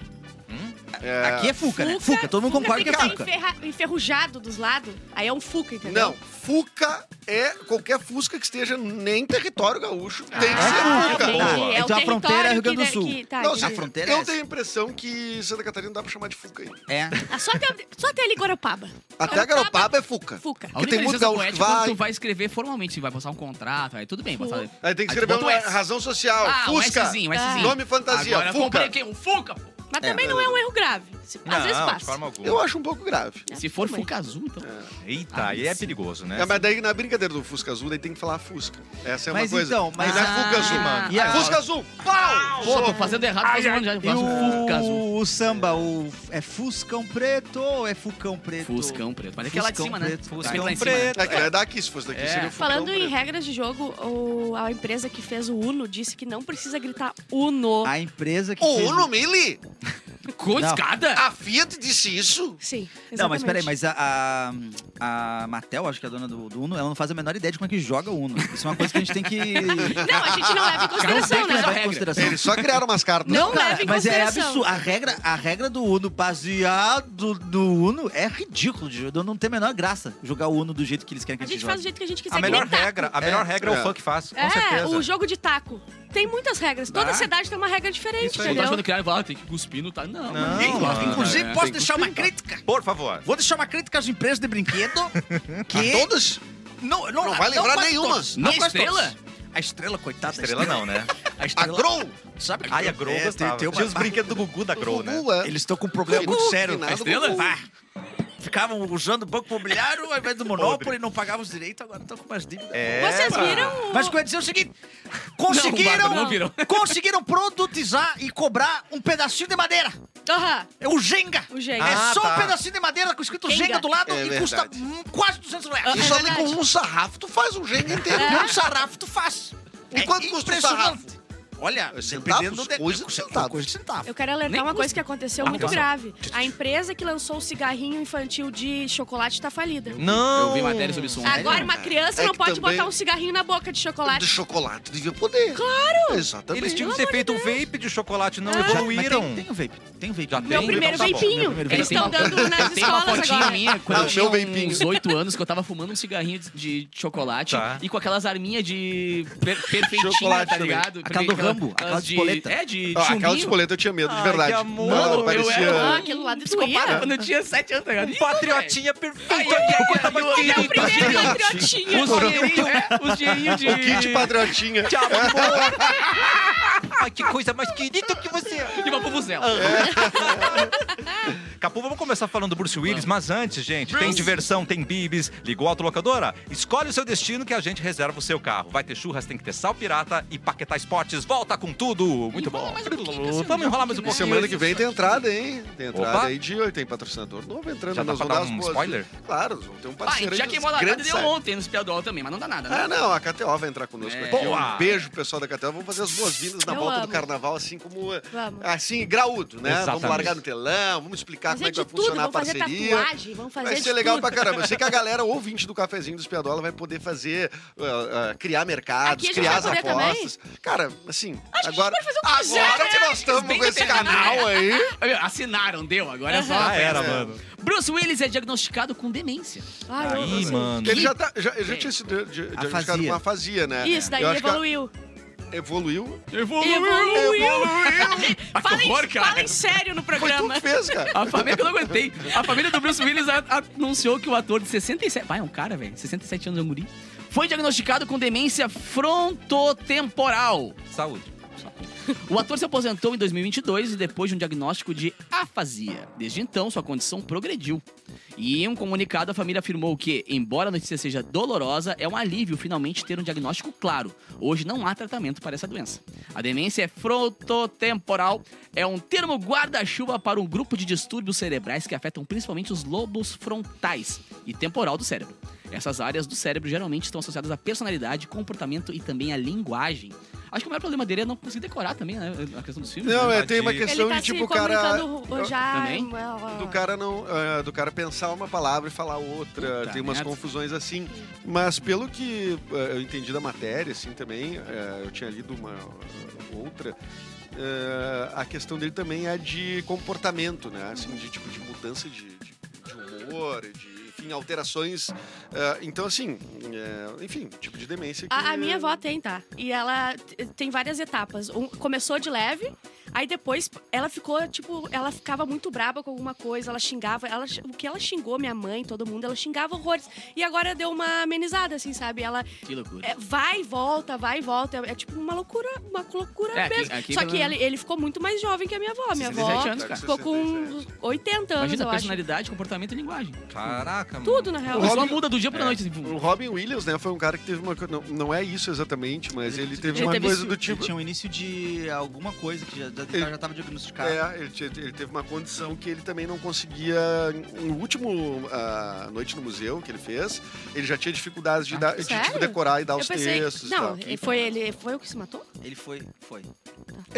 É.
Aqui é Fuca, né? Fuca, todo mundo concorda que
tem
é
estar
Fuca.
enferra- enferrujado dos lados, aí é um Fuca, entendeu?
Não, Fuca é qualquer Fusca que esteja nem território gaúcho. Tem que
Ah,
ser Fuca.
entendi.
Boa.
É o
Então a
território
fronteira é Rio Grande do
que-
Sul.
que- tá,
Não,
entendi.
A fronteira é
Eu
essa.
tenho a impressão que Santa Catarina não dá pra chamar de Fuca ainda.
É.
Ah, só, até, só até ali Guarapaba.
Ah,
Até a Garopaba é Fuca.
Fuca.
A
Porque
única
tem muito
licença
gaúcho
poética
que
é quando
vai.
tu vai escrever formalmente, se vai passar um contrato, aí tudo bem. Passar...
Aí tem que
Aí
escrever
bota um
uma
S.
razão social.
Ah, um
Fusca.
Szinho, um Szinho.
Nome fantasia.
Agora eu
Fuca.
comprei quem? Um Fuca, pô.
Mas
É.
também não é um erro grave. Se- Às vezes
Não, de
passa.
forma alguma.
Eu acho um pouco grave.
É,
Se for
tudo bem.
Fuca azul, então.
Eita, aí é perigoso, né?
É, mas daí na brincadeira do Fusca Azul, daí tem que falar Fusca. Essa é uma
Mas
coisa.
então, mas
Não é
a-
Fuca Azul, mano.
E a-
Fusca Azul! Pau!
Pô, tô fazendo errado, faz um ano já. Eu
E
faço Fuca azul.
o, o samba, o, é Fuscão Preto ou é Fucão Preto?
Fuscão preto. Mas é aquela de
Fuscão
cima, né?
preto.
Fusca
Fuscão
lá em cima, né?
preto.
É que não é daqui, se fosse daqui
É.
um
seria o Fucão
Falando em
preto.
regras de jogo, o- a empresa que fez o Uno disse que não precisa gritar Uno.
A empresa que
O
fez...
Uno Mille,
Com
Não.
escada?
Ah,
a Fiat disse isso.
Sim, exatamente.
Não, mas peraí, mas a, a, a Matel, acho que é a dona do, do Uno, ela não faz a menor ideia de como é que joga o Uno. Isso é uma coisa que a gente tem que
Não, a gente não leva em consideração, né?
Não,
levar
regra.
em consideração.
Eles só criaram umas cartas. né?
Não
Cara,
leva em
mas é
consideração.
absurdo. A regra, a regra do Uno baseado no Uno é ridículo. De, não tem a menor graça jogar o Uno do jeito que eles querem que
A
a gente
gente faz
jogue.
do jeito que a gente quiser.
A melhor
que nem taco.
regra, a melhor regra é
É.
o funk faz, com
é,
certeza.
o jogo de taco. Tem muitas regras. Toda
Tá.
cidade tem uma regra diferente,
Isso aí.
Não tá
entendeu?
achando que ah, tem que cuspir no tá. Não,
Não,
ninguém gosta.
mano.
Inclusive,
É.
posso deixar uma crítica.
Por favor.
Vou deixar uma crítica às empresas de brinquedo
A
que
todos?
não,
Não vai lembrar
quase
nenhuma.
todos,
Nem
quase
Estrela?
todos. A estrela, coitada.
Estrela não, né?
A
A
estrela.
Grow?
Sabe?
Ai, a Grow
É, tem-
gostava.
tem uma-
Tinha os brinquedos do Gugu da Grow, né?
Gugu, é.
Eles estão com um problema muito
Gugu,
sério.
finado
A
Estrela?
Gugu. Pá. Ficavam usando o banco imobiliário ao invés do Monopoly, não pagavam os direitos, agora estão com umas dívidas.
É,
Vocês
mano.
Tá.
viram o-
Mas o que eu ia dizer é o seguinte: conseguiram,
Não, Bárbara, não viram.
conseguiram produ- privatizar e cobrar um pedacinho de madeira.
Aham,
É o Jenga.
o jeito.
é
Ah,
só um
tá.
pedacinho de madeira com escrito
Jenga.
Jenga, do lado
É
e
verdade.
custa hum, quase 200 reais.
E
É
só ali
verdade.
com um sarrafo tu faz um jeito inteiro.
É. Um sarrafo tu faz. É
E quanto custa um
impressionante.
sarrafo?
Olha,
É centavos?
dependendo do...
Coisa de centavos.
Coisa de centavo.
Eu quero alertar
Nem
uma coisa
custa.
que aconteceu
Ah,
muito
passa.
grave. A empresa que lançou o cigarrinho infantil de chocolate tá falida.
Eu
Não.
vi matéria sobre som.
Agora, uma criança
É
não
que
pode
também-
botar um cigarrinho na boca de
De
chocolate.
chocolate devia poder. Claro. Exatamente.
Eles tinham que ter feito um vape de chocolate,
Ah.
não
Já- mas
evoluíram.
Tem, tem o vape. Tem o vape.
Já
Meu
tem?
primeiro
Então tá bom.
veipinho.
Meu primeiro
Eles estão
veipinho.
dando nas
Tem uma
escolas
fotinha
agora.
minha quando
Ah,
eu
o
tinha
meu vampinho.
uns 8 anos que eu tava fumando um cigarrinho de, de chocolate
Tá.
e com aquelas arminhas de per, perfeitinha,
Chocolate
tá
também.
ligado?
Aquela do Rambo,
aquelas
aquela de
de
espoleta.
É, de
Ah, aquela de
chumbinho.
espoleta eu tinha medo, de verdade.
Ai, que amor.
Ela
Mano, eu
parecia... né? Um
era-
Ah, aquilo lá
Psicopata,
doía.
quando eu tinha 7 anos, tá ligado? Ih,
Patriotinha
Aí,
perfeita.
aí, aí,
que
aí,
coisa
aí,
mais
aí,
querida.
aí, aí, aí,
Patriotinha.
Os dinheirinhos, é, os dinheirinhos de...
O kit patriotinha.
Te amor. Ai, que coisa mais querida que você é.
De uma bubuzela.
Capu, vamos começar falando do Bruce Willis, mas antes, gente, tem diversão, tem bibis. Ligou a autolocadora? Escolhe o seu destino que a gente reserva o seu carro. Vai ter churras, tem que ter sal pirata e Paquetá Esportes. Volta com tudo! Muito
Enrola
bom.
mais um pouquinho, Cassiano,
vamos enrolar mais um
né?
pouquinho.
Semana que vem tem entrada, hein? Tem entrada
Opa.
aí de... Tem patrocinador novo entrando.
Já dá
nós
pra
vamos
dar
as
um
boas-
spoiler?
Claro, nós vamos ter um
Pá, a gente
parceiro
já
aí
queimou a
das
largada
grandes
deu
séries.
ontem nos Piadol também, mas não dá nada, né?
Ah, não, a KTO vai entrar conosco
É.
aqui.
Boa.
Um beijo pro pessoal da KTO. Vamos fazer as boas-vindas na
Eu
volta
amo.
do carnaval, assim como.
Vamos.
Assim, graúdo, né?
Exatamente.
Vamos largar no telão, vamos explicar
Fazer
como é
de
que vai
tudo,
funcionar
vamos
a
fazer
parceria.
tatuagem, vamos fazer
Vai
de
ser legal
tudo.
pra caramba. Eu sei que a galera ouvinte do cafezinho dos Piadola vai poder fazer, ah, ah, criar mercados,
Aqui a gente
criar
vai
as
poder
apostas. Cara, assim,
Acho que a
agora.
gente pode fazer o que
agora
quiser,
que
né?
nós estamos
Bem
com esse
determinado,
canal aí.
Ô, meu, Assinaram, deu, agora é só
Já
a
era,
festa.
mano.
Bruce Willis é diagnosticado com demência.
Ai, eu amo
Aí,
isso.
mano.
Ele já, tá, já, já tinha sido di- di- diagnosticado
Afasia.
com uma afasia, né?
Isso, daí
Eu acho que a-
evoluiu.
Evoluiu.
Evoluiu. Fala, em-
horror, cara.
fala em sério no
Foi tu
programa.
que fez, cara.
A família que eu não aguentei. A família do Bruce Willis a- anunciou que o ator de 67... Vai, é um cara, velho. 67 anos, é um guri. Foi diagnosticado com demência frontotemporal.
Saúde.
O ator se aposentou em 2022 e depois de um diagnóstico de afasia. Desde então, sua condição progrediu. E em um comunicado, a família afirmou que, embora a notícia seja dolorosa, é um alívio finalmente ter um diagnóstico claro. Hoje não há tratamento para essa doença. A demência é frontotemporal, é um termo guarda-chuva para um grupo de distúrbios cerebrais que afetam principalmente os lobos frontais e temporal do cérebro. Essas áreas do cérebro geralmente estão associadas à personalidade, comportamento e também à linguagem. Acho que o maior problema dele é não conseguir decorar também, né? A questão dos filmes.
Não,
né?
é, tem uma
Ele
questão
Ele tá
de
se
tipo o cara.
comunicando ru- já... é,
Também?
do cara não ah, do cara pensar uma palavra e falar outra
Puta
tem umas
merda.
confusões assim mas pelo que ah, eu entendi da matéria assim também ah, eu tinha lido uma ah, outra ah, a questão dele também é de comportamento né assim de tipo de mudança de, de- de humor de enfim alterações Ah, então assim é, enfim tipo de demência que-
A, a minha avó tem, tá? E ela t- tem várias etapas. Um- começou de leve, aí depois ela ficou, tipo, ela ficava muito braba com alguma coisa, ela xingava. Ela, o que ela xingou, minha mãe, todo mundo, ela xingava horrores. E agora deu uma amenizada, assim, sabe? Ela
Que loucura.
é, vai e volta, vai e volta. É, é tipo uma loucura, uma loucura
É, aqui-
mesmo.
aqui
Só
pelo-
que ele, ele ficou muito mais jovem que a minha avó. Minha
67
avó
anos, cara.
ficou com 80 anos,
Imagina
eu acho. É.
personalidade, comportamento e linguagem.
Caraca, mano.
Tudo, na real.
Rob-
Só muda do dia pra noite. assim,
o Robin Williams, né, foi um cara que teve uma... co- Não, não é isso exatamente, mas ele teve
Ele
uma
teve
coisa
isso-
do tipo...
Tinha o início de alguma coisa que já, já,
Ele-
já tava diagnosticado.
É, ele, te- ele teve uma condição que ele também não conseguia. No último ah, Noite no Museu que ele fez, ele já tinha dificuldades de, dar, de,
Ah, sério?
tipo, decorar e dar
Eu
os
pensei.
textos. tá, e
Não,
tal.
ele foi ele. Foi o que se matou?
Ele foi, foi. de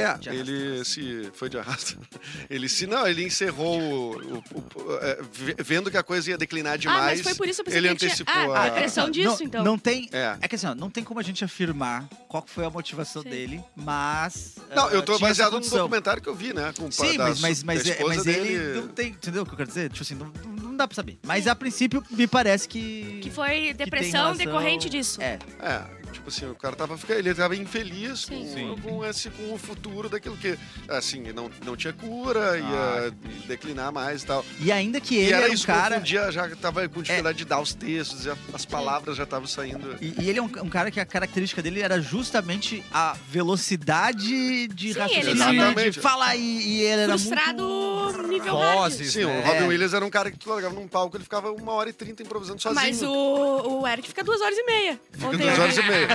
É,
arrasta.
ele
assim.
se. Foi de arrasta. Ele se. Não, ele encerrou. o- o- o- é, ve- vendo que a coisa ia declinar demais.
ah, mas foi por isso que eu pensei
ele
que tinha-
antecipou
Ah,
a-
a pressão disso,
não,
então.
Não tem...
É.
É que assim, ó, não tem como a gente afirmar qual que foi a motivação
Sim.
dele, mas...
Não,
ah,
eu tô
tinha essa
baseado no
condição.
documentário que eu vi, né? Com o pai
Sim,
da-
mas, mas,
da
mas, é-
esposa
mas ele não tem... Entendeu o que eu quero dizer? Tipo assim, não, não- não dá pra saber. Mas a princípio, me parece que...
Que foi
tem
depressão
relação-
decorrente disso.
É.
É, tipo assim, o cara tava ficando, ele tava infeliz com,
Sim.
Sim.
com esse, com o futuro daquilo que, assim, não, não tinha cura,
Ah,
ia declinar mais e tal.
E ainda que
e
ele
era
era um
isso
cara...
que dia já tava com dificuldade de dar os textos, e a- as palavras já estavam saindo.
E, e ele é um, um cara que a característica dele era justamente a velocidade de
Sim,
raciocínio,
ele
tava-
de falar, e, e ele era
Frustrado nível hard.
Vozes,
Sim, o
né?
Robin Williams era um cara que tu largava num palco, ele ficava uma hora e trinta improvisando sozinho.
Mas o, o Eric fica duas horas e meia. é. Ou tem-
Duas horas e meia.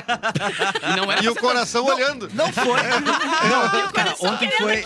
E não é? era
E o coração olhando.
Não foi. Não, cara, ontem foi.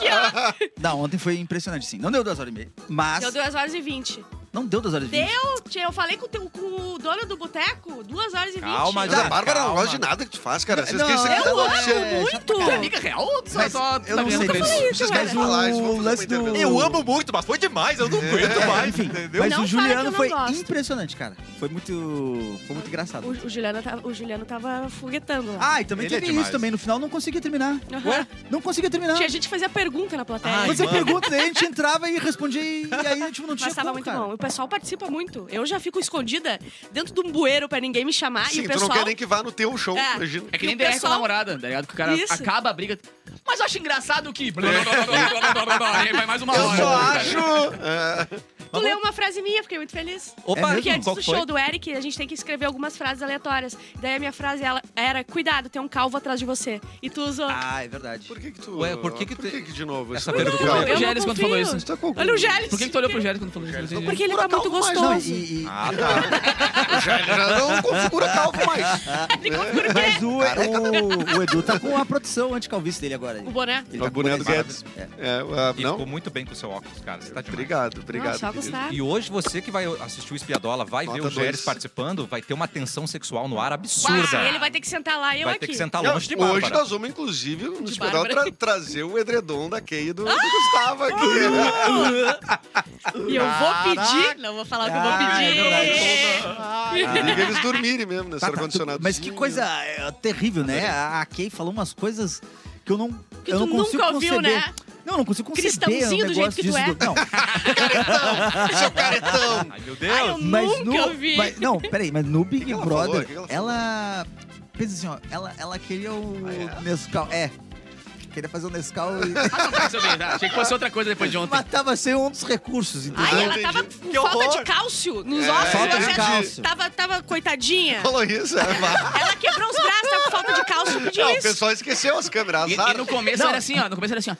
Não, ontem foi impressionante, sim. Não deu duas horas e meia. Mas.
Deu 2 horas e 20.
Não deu duas horas e meia.
Deu? tia, Eu falei com, o teu- com o dono do boteco, 2 horas e 20.
Calma,
Mas
é
já.
a Bárbara não
calma.
gosta de nada que tu faz, cara. Vocês
Não,
querem ser
eu
que
Eu
tá
amo
É,
muito.
Você é amiga real ou tu só,
Mas
só tá
eu não
vendo
sei,
pra
mas-
frente?
Vocês
cara.
querem falar, isso
O lance do-
do...
Eu amo muito, mas foi demais, eu não aguento mais,
enfim,
entendeu?
Mas
Não fala
o
que eu
Juliano
não
foi
gosto.
impressionante, cara. Foi muito. Foi muito engraçado.
O, o Juliano tava, o Juliano tava foguetando lá.
Ah, e também
Ele é
teve
demais.
isso também. No final não conseguia terminar.
Ah,
Aham.
Não conseguia terminar.
Tinha gente que fazia pergunta na plateia.
Ai,
Quando você
mano.
pergunta, daí a gente entrava e respondia e e aí, tipo, não tinha
Mas tava
como,
muito
cara.
bom. O pessoal participa muito. Eu já fico escondida dentro de um bueiro pra ninguém me chamar.
Sim,
Ah, e o
tu
pessoal.
não quer nem que vá no teu show,
É.
imagina.
É que nem
E o
DR com a
pessoal-
namorada, tá ligado? Que o cara
Isso.
acaba a briga. Mas eu acho engraçado que. blá, blá, blá, blá, blá, blá, blá, blá, Aí vai mais uma
Eu
hora.
só acho. é,
Tu leu uma frase minha, fiquei muito feliz.
É
Opa,
mesmo?
Porque antes
qual
do
foi?
show do Eric, a gente tem que escrever algumas frases aleatórias. Daí a minha frase ela era: Cuidado, tem um calvo atrás de você. E tu usou.
Ah, é verdade.
Por que que tu.
Ué, por que que
por
tu-
que que de novo?
Essa
isso?
pergunta-
Olha
eu
o
não
Gélis quando
confio.
falou isso.
Tu tá com algum-
Olha o Gélis.
Por que, que tu olhou pro Gélis quando falou isso? Não entendi.
Porque ele tá muito
Mas não,
gostoso.
e- e-
Ah, tá.
tá. Já, já não configura calvo mais.
Mas o, o- o Edu tá com a proteção anticalvície dele agora.
O boné.
Ele
É o
tá com
boné do
boné
Guedes.
É.
É, ah,
E
não?
ficou muito bem com o seu óculos, cara. Você tá demais.
Obrigado, obrigado.
Não, só
querido.
gostar.
E hoje você que vai assistir o Espiadola, vai
Nota
ver o Géris
dois.
participando, vai ter uma tensão sexual no ar absurda.
Pá, ele vai ter que sentar lá e eu
Vai ter
aqui.
que sentar
Não,
Ah, longe de
Hoje
Bárbara.
nós vamos, inclusive, no
De Ah!
hospital
Bárbara.
tra- trazer o edredom da Kay e do, do Gustavo aqui.
E eu vou pedir. Não vou falar o que eu vou
Ah, é
pedir.
Liga eles dormirem mesmo nesse
Tá, tá,
ar-condicionado.
tu- Mas que coisa é, terrível, né? A, a Kay falou umas coisas que eu não.
Que
eu
tu
não consigo
nunca ouviu,
conceber.
né?
Não, eu não consigo conceber.
Cristãozinho
um
do
negócio
jeito que tu
disso
é.
do- Não,
Seu caretão!
Ai, meu
Ai, eu
Deus!
mas
nunca
no,
vi.
mas- não, peraí, mas no Big
que ela falou?
Brother,
Que que ela
ela,
falou?
pensa assim, ó, ela, ela queria o
Ah,
Nescau. É. Queria fazer o Nescau e
Ah, não, tá, seu bem, tá. Achei que fosse outra coisa depois de ontem.
matava sem um dos recursos, entendeu?
Ai, ela
entendi.
tava com falta de cálcio nos ossos.
É. falta
ela
de cálcio.
Tava, tava coitadinha.
Falou isso, é. vá.
Ela quebrou os braços, tava com falta de cálcio. Que
Não, o
diz?
pessoal esqueceu as câmeras,
E,
azar.
e no começo era assim, ó. No começo era assim, ó.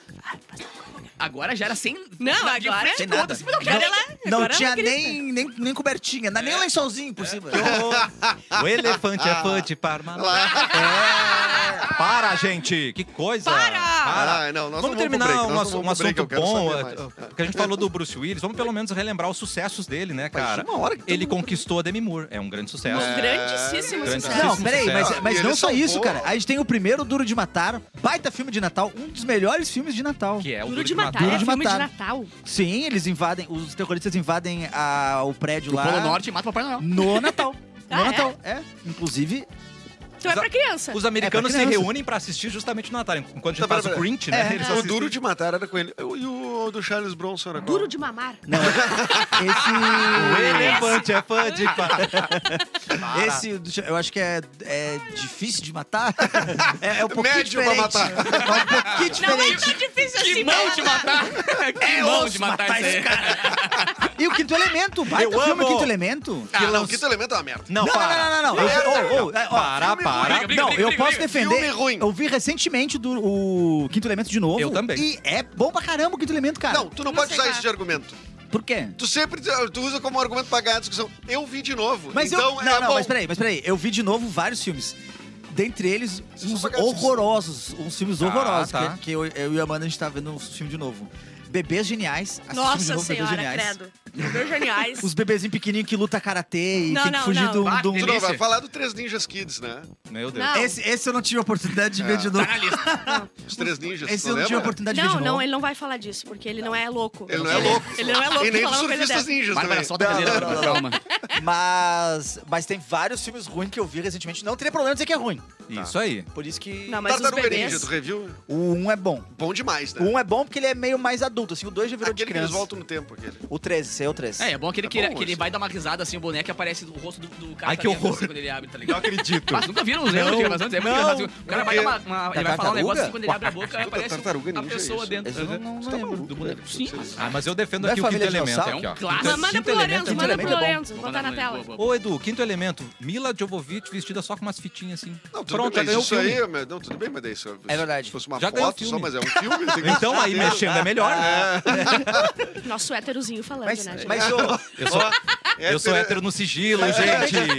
Agora já era sem.
Não,
na- de
agora- é
frente
Sem
pro outro,
nada.
assim, mas não
Agora
quero ela.
ela-
Não
agora ela
tinha
grita.
nem, nem, nem cobertinha, nem
É.
um lençolzinho por cima.
o elefante é fã de Parma. É. Para, gente! Que coisa!
Para!
Ah, não, nós
vamos
não vamos pro
terminar um,
break, nós não
assu- um
vamos pro
assunto
break, eu quero
bom,
saber mais.
eh, porque a gente falou do Bruce Willis, vamos pelo menos relembrar os sucessos dele, né,
Faz
cara?
uma hora que todo
Ele
mundo-
conquistou a Demi Moore, é um grande sucesso.
Um grandíssimo
É,
Grande
sucesso.
Não, peraí, mas,
Sucesso.
mas
E
não
ele
só
salvou.
isso, cara. A gente tem o primeiro Duro de Matar, baita filme de Natal, um dos melhores filmes de Natal.
Que é o
Duro de matar.
Duro
é
de
filme de
Matar.
Natal.
Sim, eles invadem, os terroristas invadem a- o prédio
O
lá
Polo Norte mata o Papai Noel.
no Natal.
Ah,
no
é?
Natal, é. Inclusive,
Então é pra criança.
Os americanos
pra
se
criança.
reúnem pra assistir justamente no Natal, enquanto a gente
Tá,
faz o
pera, pera.
Grinch, né?
É.
Eles
O
assistem.
duro de matar era com ele. E o do Charles Bronson era com
Duro de mamar.
não.
O
Esse.
elefante é fã de Parma.
Esse, deixa- eu acho que é, é difícil de matar. É, é um pouquinho
Médio pra
diferente.
matar.
É um pouquinho
Não é
diferente.
tão difícil assim,
Que mão de matar! Que mão de matar isso aí.
E o Quinto Elemento, baita
Eu
filme
amo.
Quinto Elemento.
Ah, não, o Quinto Elemento é uma merda.
Não,
Não,
para.
não, não, não, não. Eu-
Merda.
oh, oh, é, ó,
Para, para.
Briga, briga,
Não,
briga,
eu
briga,
posso
briga.
defender.
Filme ruim.
Eu vi recentemente do, o Quinto Elemento de novo.
Eu também.
E é bom pra caramba o Quinto Elemento, cara.
Não, tu não,
Não
pode
sei, é.
usar
cara.
isso de argumento.
Por quê?
Tu sempre tu usa como argumento pra ganhar a discussão. Eu vi de novo.
Mas
então
eu.
é
Não, não,
bom.
mas peraí, mas peraí. Eu vi de novo vários filmes. Dentre eles,
Vocês
uns
são pagados.
horrorosos. Uns filmes
Ah,
horrorosos.
tá.
Que, que eu, eu e a Amanda a gente tá vendo uns filmes de novo. Bebês Geniais. assistimos de
Nossa
novo Bebês
senhora,
Geniais.
credo. Meus geniais.
Os bebezinhos pequenininhos que luta karatê e
Não,
tem que
não,
fugir
não.
de um-
Ah,
de um.
Tu não vai
Delícia.
falar do Três Ninjas Kids, né?
Meu Deus.
Não.
Esse, esse eu não tive a oportunidade de ver de novo.
Tá na lista.
Os Três Ninjas,
Esse
tu
eu não tive a
lembra?
oportunidade de ver
Não,
de novo.
não, ele não vai falar disso, porque ele não é louco.
Ele não é louco.
Ele não é louco
E
de
nem assim.
falar
dos
uma coisa
surfistas
dessa.
ninjas
Bárbara,
também.
solta a cadeira pra calma.
Mas, mas tem vários filmes ruins que eu vi recentemente. Não teria problema dizer que é ruim.
Isso aí.
Por isso que.
Não, mas os
Tartaruga Ninja,
bebês...
tu review?
O 1 um é bom.
Bom demais,
O
né?
1 um é bom porque ele é meio mais adulto, assim. O 2 já virou
Aquele que
de
eles
criança.
voltam no tempo, aquele.
O 13, esse aí é o 13.
É, é bom aquele
É
que, ele-
bom
que ele
isso.
vai dar uma risada assim, o boneco e aparece o rosto do, do cara.
Ai,
tá
que
dentro,
horror.
assim, Quando ele abre, tá ligado?
acredito.
Mas nunca viram os erros de gravação? É muito
não,
engraçado. O cara vai dar uma. uma- ele vai falar um
tartaruga?
negócio assim, quando ele abre a boca, aparece
tartaruga
a
ninja,
pessoa
isso.
dentro.
Esse eu tá não, não lembro.
Do boneco. Sim.
Ah, mas eu defendo
Não é
aqui o quinto
família
elemento. Aqui,
dinossauro?
ó.
É um clássico.
Quinto-
Mas manda
quinto
pro Lorenzo,
elemento-
manda pro
elemento é bom.
Lorenzo. Botar na tela.
Ô, Edu, quinto elemento. Mila Jovovich vestida só com umas fitinhas assim.
Não, tudo
Pronto, já
bem, mas
ganhou o
isso
filme.
aí, mas- não, tudo bem, mas daí isso
É verdade.
Se fosse uma
Já ganhou o
foto só,
filme.
mas é um filme. tem que-
Então aí mexendo é melhor.
Nosso héterozinho falando,
Mas,
né, gente?
É.
mas, ô,
Eu só, Eu sou hétero no sigilo, gente.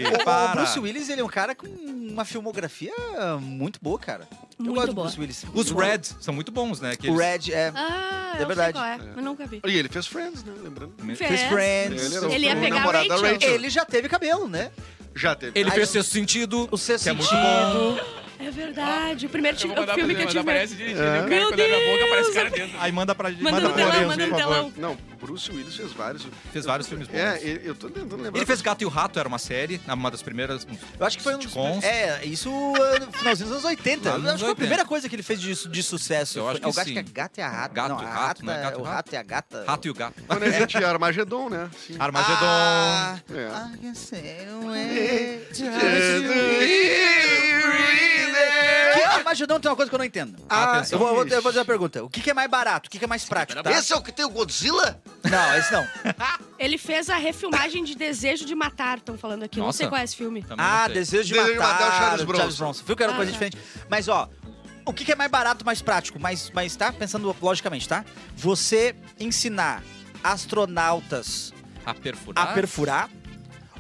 O- O
Para.
Bruce Willis, ele é um cara com uma filmografia muito boa, cara. eu
Muito
gosto
boa.
do Bruce Willis.
Os Reds são muito bons, né? Que
O
eles-
Red, é.
Ah, eu
verdade.
sei qual é, mas nunca vi.
E ele fez Friends, né? Lembrando.
É.
Fez Friends.
Ele era o-
Ele ia
o
pegar a
namorado da
Rachel.
Rachel.
Ele já teve cabelo, né?
Já teve.
Ele
Aí-
fez seu sentido.
O sexto
Que é muito
sentido.
É verdade. O primeiro
Eu
tive,
vou
o
mandar pra
filme
ele,
que eu
mas
tive.
aparece dirigindo. e O cara,
Meu
quando abre a boca,
Deus!
aparece o cara dentro.
Aí manda pra gente.
Manda no
pra
telão,
Lorenzo,
manda
por
no
favor.
telão.
Não, Bruce Willis fez vários.
Fez vários filmes bons.
É, eu eu tô tentando lembrar.
Ele fez Gato e o Rato, era uma série, uma das primeiras.
Eu acho que foi um dos...
Sitcoms.
É, isso uh, no finalzinho dos anos 80.
Lá
Eu
nos
acho que foi a
80.
primeira coisa que ele fez de, de sucesso.
Eu acho
É o
que
gato
sim.
que é gata e a rata.
Gato,
não, a
rato,
rata, é
né? Gato,
o
rato.
rato e a gata.
Rato e o Gato.
Quando a gente era Armagedon, né? Sim.
Armagedon.
Ah,
É.
ah, que céu é de-
Esse
Que ah, Armagedon tem uma coisa que eu não entendo. Ah,
Atenção.
eu vou, eu vou- eu vou fazer uma pergunta. O que, que é mais barato? O que, que é mais prático, tá?
é o que tem o Godzilla?
Não, esse não.
Ele fez a refilmagem de Desejo de Matar, estão falando aqui. Não
Nossa.
sei qual é esse filme.
Também não
Ah,
sei.
desejo de
Desejo de
matar,
matar o Charles
o
Bronson.
Viu que era uma
Ah,
coisa
tá.
diferente? Mas, ó, o que, que é mais barato, mais prático? Mas, mas tá? Pensando logicamente, tá? Você ensinar astronautas
A perfurar.
a perfurar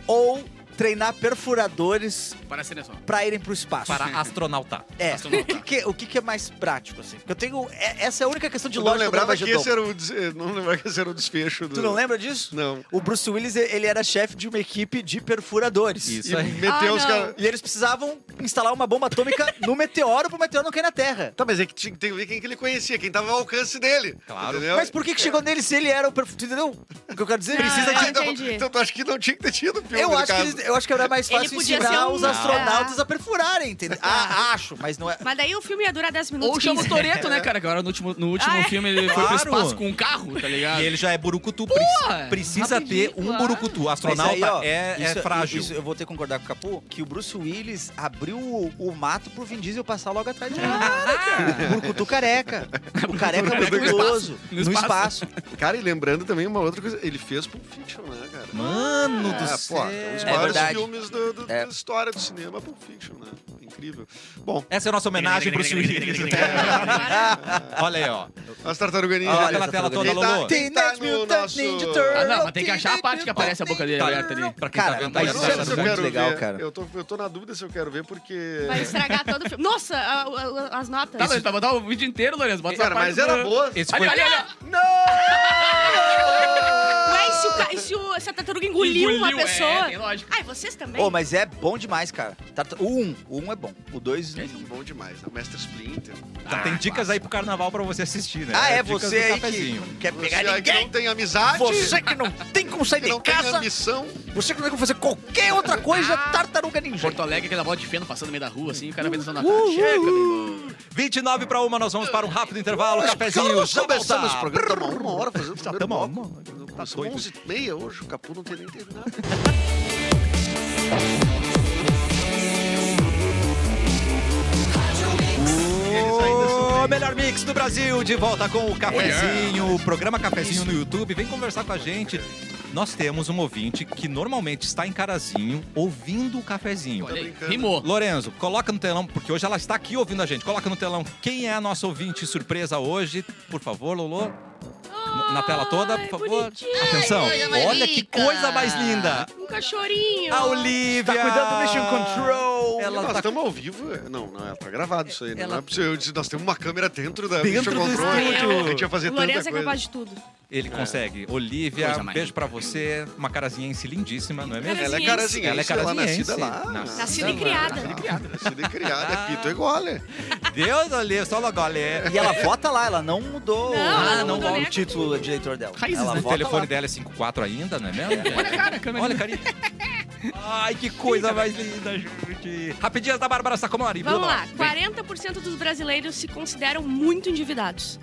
ou treinar perfuradores
Para a seleção.
pra irem pro espaço.
Para astronauta.
É, o
astronauta.
que, que- o que, que é mais prático, assim? Porque eu tenho... é- essa é a única questão de
eu não
lógica
lembrava
do
que
Armagedon.
esse era o, des- eu não lembrava que esse era o desfecho do...
Tu não lembra disso?
Não.
O Bruce Willis, ele era chefe de uma equipe de perfuradores.
Isso
E
aí.
meteu
Ah,
os
não.
caras...
E eles precisavam instalar uma bomba atômica no meteoro pro meteoro não cair na Terra.
Tá, mas é que tinha que ter que ver quem que ele conhecia, quem tava ao alcance dele.
Claro.
Entendeu?
Mas por que, que chegou nele se ele era o perfume? Entendeu? O que eu quero dizer?
Não,
Precisa
eu
de.
então,
entendi.
então tu acha que não tinha que ter tido o filme
Eu
no
acho, que
caso.
eles- eu acho que era mais
Ele
fácil
podia
ensinar
ser um-
os
Não.
astronautas a perfurarem, entendeu? Ah, acho, mas não é.
Mas daí o filme ia durar 10 minutos.
Ou chama o
15.
Toreto, né, cara? Que agora no último, no último
Ah, é?
filme ele foi
Claro.
pro espaço com um carro, tá ligado?
E ele já é burucutu.
Porra,
precisa ter
rapidinho,
um
claro.
burucutu. Astronauta
Mas aí, ó,
é, é
isso-
frágil.
isso eu vou ter que concordar com o Capu que o Bruce Willis abriu o, o mato pro Vin Diesel passar logo atrás dele. O Burcutu careca. O careca é
Careca no
orgulhoso.
espaço.
No
No
espaço.
Cara, e lembrando também uma outra coisa, ele fez Pulp Fiction, né, cara?
Mano
É,
do
pô,
céu.
um dos
É
maiores
verdade.
filmes do- do-
É.
da história do cinema, Pulp Fiction, né? Incrível. Bom,
Essa é a nossa homenagem pro Willis. Olha aí, ó.
as Tartarugas Ninja.
Olha
Olha
na
essa
tela toda,
fotografia.
Lolo.
Quem tá no nosso-
Ah, não, mas tem que achar a parte que aparece a boca dele
Tá.
aberta ali.
Pra quem
Cara,
tá vendo, tá
mas
aí,
Mas
isso
tá
é
sabe se
achando
eu
muito
quero
legal,
ver?
cara.
Eu tô, eu tô na dúvida se eu quero ver, porque...
Vai estragar todo o filme. Nossa, a- a- as notas.
Tá, Lourenço, tá botar o vídeo inteiro, Lourenço. Bota essa
Cara,
parte
mas era
do-
boa.
Esse
Olha,
foi...
olha, olha.
Ué, e se, o, ca- e se, o, se a tartaruga engoliu, uma
Engoliu, é,
pessoa?
né?
tem lógico.
Ai, vocês também?
Ô, mas é bom demais, cara. Tarta- O 1, um, o um é bom. O 2
Bom demais, né? O Mestre Splinter.
Tá, tem dicas aí pro carnaval pra você assistir, né?
Ah, é,
Dicas do
você aí
cafezinho.
que quer
Você
pegar
aí que
ninguém.
não tem amizade,
Você que não tem como sair
que
de
não tem
casa.
ambição.
Você que não tem como fazer qualquer outra coisa, tartaruga ninja.
Porto Alegre, aquela bola de feno passando no meio da rua, assim, o cara vendo o Natal. Chega, meu irmão.
29 pra uma, nós vamos para um rápido intervalo. Cafezinho, já
Começamos o
volta.
programa, tamo há uma hora fazendo o
Já
Tá,
primeiro
tamo há
bloco.
uma-
Começou
tá doido.
11h30 hoje, o Capu não tem nem terminado.
O melhor mix do Brasil, de volta com o cafezinho, o programa Cafezinho no YouTube. Vem conversar com a gente. Nós temos um ouvinte que normalmente está em Carazinho ouvindo o cafezinho.
Olha aí,
brincando.
rimou.
Lorenzo, coloca no telão, porque hoje ela está aqui ouvindo a gente. Coloca no telão quem é a nossa ouvinte surpresa hoje, por favor, Lolo. Na- Na tela toda, por
Ai,
favor.
bonitinho.
Atenção. Olha que coisa mais linda.
Um cachorrinho.
A Olivia.
Tá cuidando do Mission Control.
Ela
nós
tá
estamos ao vivo. é- Não, não, é, tá gravado isso aí. né?
Ela-
Não é possível. Eu disse, nós temos uma câmera dentro da
Dentro
Mission
do
Control.
estúdio.
A gente ia fazer
O Lourenço
tanta
é
coisa.
capaz de tudo.
Ele consegue. Olivia,
Coisa mais
beijo
rica.
pra você. Uma carazinhense lindíssima, não é mesmo?
Ela é
Carazinhense.
carazinha.
Ela é carazinhense.
Nascida lá.
Nascida
Nascida e criada.
criada. Nascida e criada. É pito igual, é.
Deus olhe, só logo olhe.
E ela vota lá, ela não mudou,
ela
não
mudou,
não mudou
né?
o título de eleitor dela.
Raízes,
ela
né?
O
vota
telefone
lá.
dela é 54 ainda, não é mesmo?
Olha, cara, câmera.
Olha, carinha. Ai, que coisa mais linda, gente. Rapidinhas da Bárbara Sacomori.
Vamos
Bruno.
lá, 40% dos brasileiros se consideram muito endividados.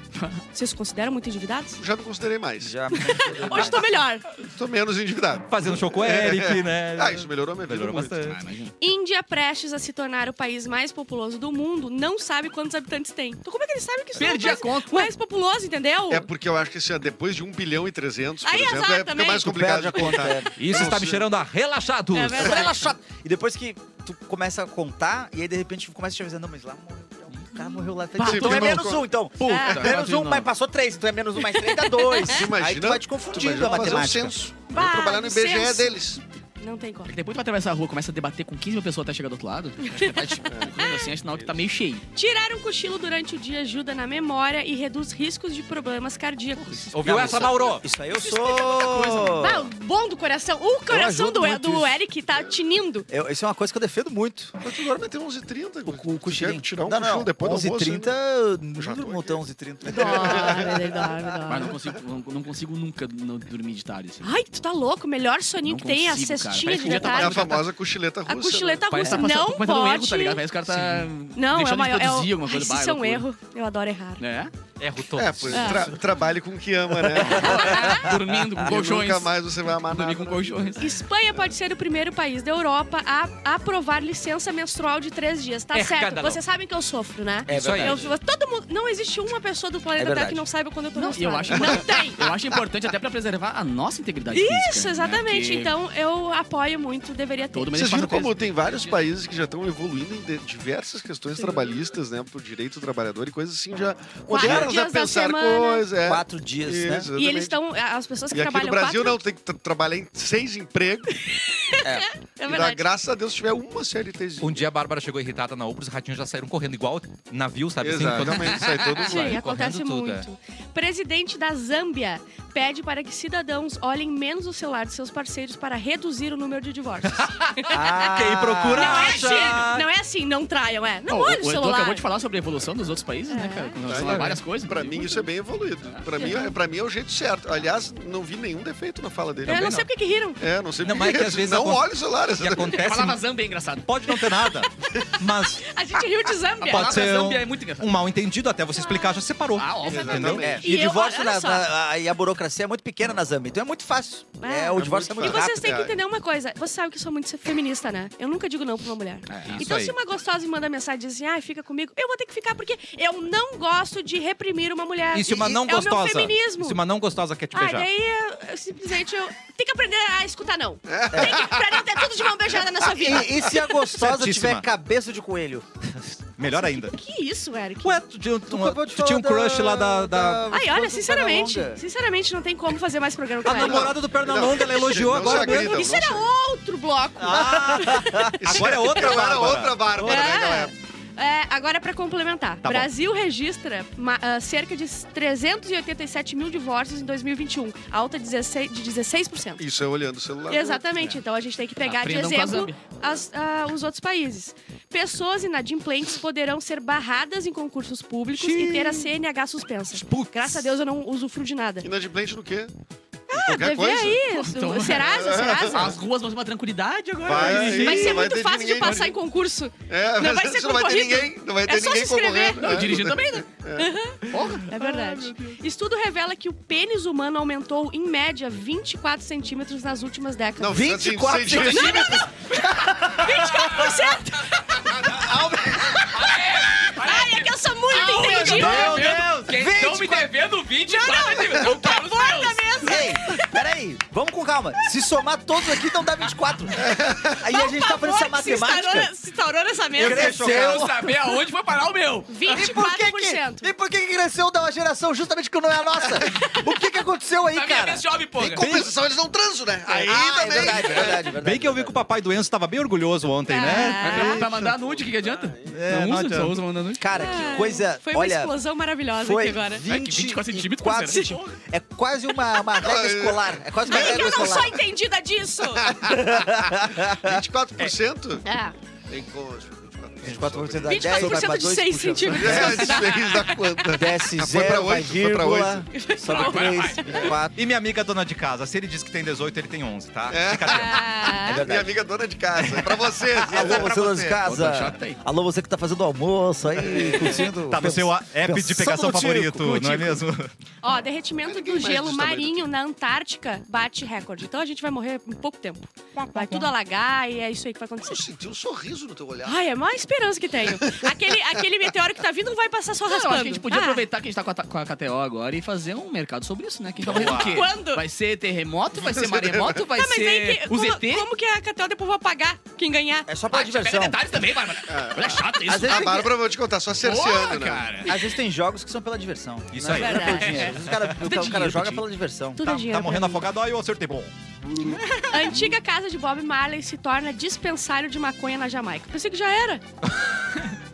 Vocês se consideram muito endividados?
Já não considerei mais.
Já
Hoje tô melhor.
Tô menos endividado.
Fazendo show com o Eric, né?
Ah, isso melhorou a minha vida
Melhorou
muito.
bastante.
Ah, imagina.
Índia, prestes a se tornar o país mais populoso do mundo, não sabe quantos habitantes tem. Então como é que eles sabem que isso
Perdi
é
a
o país
conta.
mais populoso, entendeu?
É porque eu acho que assim, ó, depois de 1 bilhão e 300, por
Aí azar
exemplo, é, fica
também.
mais
tu
complicado
perde
de
a conta.
contar.
é.
Isso está me
Nossa.
cheirando a relaxados.
É verdade.
Relaxado. E depois que tu começa a contar, e aí de repente começa a te avisar, não, mas lá morreu. O cara morreu lá.
Sim,
então é
porque
menos
não-
um, então.
Puta,
É, menos um, mas passou três, então é menos um mais três, dá dois.
Tu imagina-
aí tu vai te
Tu
confundindo
imagina
a
fazer um
matemática.
censo.
Bah,
trabalhar no IBGE
licença.
deles.
Não tem como.
Porque depois que vai atravessar a rua, começa a debater com 15 mil pessoas até chegar do outro lado. Vai, tipo, quando assim, é sinal que tá meio cheio.
Tirar um cochilo durante o dia ajuda na memória e reduz riscos de problemas cardíacos.
Ouviu
Não,
essa,
isso-
Mauro?
Isso aí eu
é
sou.
Ah, o bom do coração. O coração
ajudo
do,
muito
do
isso.
Eric tá tinindo.
Eu- isso é uma coisa que eu defendo muito.
Mas tu agora vai ter 11h30.
O, cu- o
Tu quer
cochilinho.
tirar um
não,
cochilo
não,
depois do
11
almoço?
30
né? Já
já
tô
durmo
aqui.
então,
até 11 30
Dorme, ele dorme, dorme.
Mas não consigo, não, não consigo nunca não dormir de tarde, assim.
Ai, tu tá louco. O melhor soninho
Não
que tem é a
consigo, cara.
cestinha
Parece
de
que um dia tá
É a
detalhe.
famosa cochileta russa. né?
A cochileta
Parece
russa
que tá passando-
não
cometendo um erro,
pode...
tá ligado? Parece que o cara tá
Não, é
deixando
o maior...
de
É
produzir
o...
alguma
Ai,
coisa.
isso
Bah,
é um
loucura.
erro. Eu adoro errar.
É?
Erro todo.
Né? É, pois,
É.
tra- trabalhe com o que ama, né?
Dormindo com
E
colchões.
Nunca mais você vai amar nada.
Dormir com
né?
colchões.
Espanha pode ser o primeiro país da Europa a aprovar licença menstrual de três dias. Tá
É
certo.
escândalo.
Vocês sabem que eu sofro,
É
né?
Isso aí.
Eu, todo mundo, não existe uma pessoa do
É
planeta Terra
verdade.
que não saiba quando eu tô
Não,
menstruada.
eu acho
não tem.
Eu acho importante até pra preservar a nossa integridade física.
Isso,
né?
exatamente.
Porque
Então eu apoio muito, deveria ter.
Todo mês
Vocês
faz
viram
uma coisa.
como tem vários países que já estão evoluindo em de- diversas questões trabalhistas, né? Por direito do trabalhador e coisas assim já modernas a
dias da
pensar
semana.
coisas. É.
Quatro dias,
Isso,
né?
E eles
exatamente.
estão. As pessoas que
E aqui
trabalham
no Brasil
quatro.
não, tem que tra- trabalhar em seis empregos.
É
e dá
verdade.
graças a Deus se tiver uma CLTzinha.
Um dia a Bárbara chegou irritada na UPA, os ratinhos já saíram correndo, igual navio, sabe? assim, quando-
Exatamente, sai todo mundo.
Ah, Sim, acontece
correndo tudo,
muito. Presidente da Zâmbia pede para que cidadãos olhem menos o celular de seus parceiros para reduzir o número de divórcios.
Ah,
Quem procura
não é
acha.
assim, não é assim, não traiam, é. Não
Ó,
olhe o,
o Edu
celular.
acabou de falar sobre a evolução dos outros países, né, cara? Com relação a várias coisas.
Pra mim, isso é bem evoluído. Pra mim, é- pra mim é o jeito certo. Aliás, não vi nenhum defeito na fala dele.
Eu não sei porque que riram.
É, não sei
Não,
por
mas é que às vezes
Não
acon-
olha o celular.
E
exatamente.
A
acontece.
palavra zamba é engraçada.
Pode não ter nada, mas
A gente riu de
Ah,
Zâmbia.
pode
A
ser um,
Zâmbia é muito engraçada.
um mal entendido, até você explicar, já separou.
Ah, óbvio.
entendeu?
Exatamente.
E,
E
o
eu-
divórcio
olha
na-
só.
na- a- e a burocracia é muito pequena na Zâmbia, então é muito fácil.
É.
É, o divórcio é
muito
muito
E vocês
rápido.
têm que
rápido,
entender uma coisa. Você sabe que eu sou muito feminista, né? Eu nunca digo não pra uma mulher.
É, isso
então,
aí.
se uma gostosa me manda mensagem e diz assim, ah, fica comigo, eu vou ter que ficar porque eu não gosto de reprimir uma mulher.
E se uma não
é
gostosa.
o meu feminismo.
Se uma não gostosa quer te
Ah,
beijar.
daí eu- eu simplesmente eu tenho que aprender a escutar não. Tem que, pra não ter tudo de mão beijada na sua vida.
E, e se a gostosa
Certíssima.
tiver cabeça de coelho?
Melhor ainda.
Que isso, Eric?
Ué, tá tu, tinha um-
Tu
uma-
acabou de
tu tinha um
falar
crush lá da. da...
Ai, olha, sinceramente,
Longa.
sinceramente, não tem como fazer mais programa com
A
ela.
namorada do Pernalonga, ela elogiou
Não se
agora
agridam,
mesmo.
Isso
não
era
se-
outro bloco.
Ah, agora é outra
Agora é
Bárbara.
outra Bárbara, né, galera?
É, agora, pra complementar,
Tá bom.
Brasil registra ma- ah, cerca de 387 mil divórcios em 2021, alta 16 de 16%.
Isso é olhando o celular.
Exatamente, então a gente tem que pegar
Aprendam
de
com a
exemplo as- ah, os outros países. Pessoas inadimplentes poderão ser barradas em concursos públicos e ter a CNH suspensa. Graças a Deus eu não usufruo de nada.
Inadimplente no quê? Em
Ah,
qualquer
vê
coisa?
aí, o- Serasa,
As
Serasa.
ruas vão ter uma tranquilidade agora.
Vai, sim,
Vai ser
vai
muito
ter
fácil de
ninguém
passar em
dirigindo.
concurso.
É,
Não
mas
vai ser
você não vai ter
concorrido.
ninguém. Não vai
É
ter
só
ninguém
se inscrever.
concorrendo.
Não,
É.
eu dirigindo também, né? Porra.
É verdade. Estudo revela que o pênis humano aumentou, em média, 24 centímetros nas últimas décadas.
Não, 24
24
centímetros.
24%? Ai, é que eu sou muito entendida.
Meu Deus!
Quem estão me devendo 24 centímetros. Eu quero os meus.
Ei, peraí, vamos com calma. Se somar todos aqui, então dá 24. Aí a gente tá fazendo essa
Por favor, se instaurou
matemática.
na- Se instaurou nessa mesa.
Cresceu.
Quero saber aonde foi parar o meu.
E por, que que,
24%.
e por que que cresceu da geração justamente que não é a nossa? O que que aconteceu aí,
Tá vendo
cara?
esse homem, porra?
Compensação, eles não transam, né? Aí
ah, é
também.
verdade, é verdade, é verdade.
Bem que eu vi que o papai do Enzo tava bem orgulhoso ontem, né?
Ah,
Pra mandar nude, o que, que adianta?
É,
não
não
usa,
adianta.
só usa mandar nude.
Cara, que coisa.
Ah, Foi uma
olha,
explosão maravilhosa
foi
aqui agora.
20
É que 24 centímetros,
quatro
parceiro.
centímetros. É quase uma, uma regra escolar. É quase uma
Ai, é que
regra
eu não
escolar.
sou entendida disso.
é, 24%?
Tá,
Ah,
Tem coisa.
24% da 10,
24% de 6 centímetros.
É, isso dá quanto?
Desce
Ah, foi pra
0, vai
oito, foi pra
vírgula, sobe 3, 24.
E minha amiga dona de casa, se ele diz que tem 18, ele tem 11, tá?
É.
Brincadeira.
Ah.
Minha amiga dona de casa. É pra vocês. essa é
Alô,
pra
você lá de
vocês.
casa.
Outra chata aí.
Alô, você que tá fazendo almoço aí, curtindo.
Tá no seu app de
Pensando
pegação
no tico,
favorito,
no
não é
tico.
mesmo?
Ó, derretimento do
ninguém mais
gelo
diz tamanho do
marinho na Antártica bate recorde. Então a gente vai morrer em pouco tempo. Vai tudo alagar e é isso aí que vai
Eu
acontecer.
senti um sorriso no teu olhar.
Ai, é a maior esperança que tenho. Aquele, aquele meteoro que tá vindo não vai passar só
Não, eu
raspando.
acho que a gente podia
Ah,
aproveitar que a gente tá com a, ta- com a KTO agora e fazer um mercado sobre isso, né? Quem tá morrendo o quê?
Quando?
Vai ser terremoto, vai ser maremoto, vai
Tá, mas aí
ser
que,
o
como,
ZT?
como que a Catel depois vai pagar quem ganhar?
É só pra diversão.
detalhes também, Bárbara. Olha, chato isso.
Às
é
vezes,
A
tem,
Ah, Bárbara, eu vou te contar, só
Porra,
cerceando, né?
cara.
às vezes tem jogos que são pela diversão.
Isso
Não é
aí.
pelo
Verdade.
dinheiro. Às vezes O cara, o cara
dinheiro,
joga
dinheiro.
pela diversão.
Tudo é
Tá,
dinheiro
tá
pra
morrendo
mim.
afogado, aí eu acertei. Bom,
A antiga casa de Bob Marley se torna dispensário de maconha na Jamaica. Pensei que já era.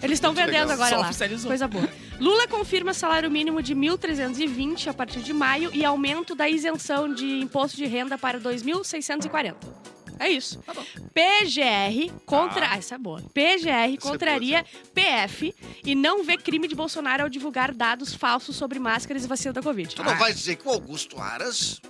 Eles estão vendendo agora
Só
lá.
oficializou.
Coisa boa. Lula confirma salário mínimo de 1.320 a partir de maio e aumento da isenção de imposto de renda para 2.640. É isso.
Tá
PGR contra. Ah, essa é boa. PGR contraria
é
PF e não vê crime de Bolsonaro ao divulgar dados falsos sobre máscaras e vacina da Covid.
Tá
Ah,
Tu não vai dizer que o Augusto Aras.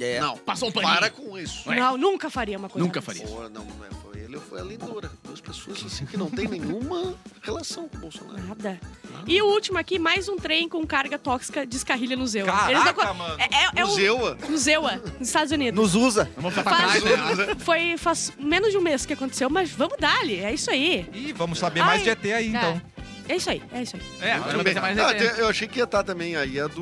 É.
Não,
Passou um paninho.
para com isso.
Não, nunca faria uma coisa
Nunca
dessa.
faria.
Ou não, não é, foi ele ou foi a Lindora. Duas pessoas assim que não tem nenhuma relação com o Bolsonaro.
Nada. E o último aqui, mais um trem com carga tóxica descarrilha no Zewa. Eles
Caraca,
não co-
mano.
É, é, é
O
o
Zewa.
no Zewa, nos Estados Unidos.
Nos usa.
Vamos
tá
pra
Faz- um-
trás, né?
Foi faz menos de um mês que aconteceu, mas vamos dali, é isso aí.
Ih, vamos saber mais
Ai,
de ET aí, então.
É, é isso aí, é isso aí.
É, agora não vai ter mais
Ah,
desenho.
tem- eu achei que ia estar também aí a do,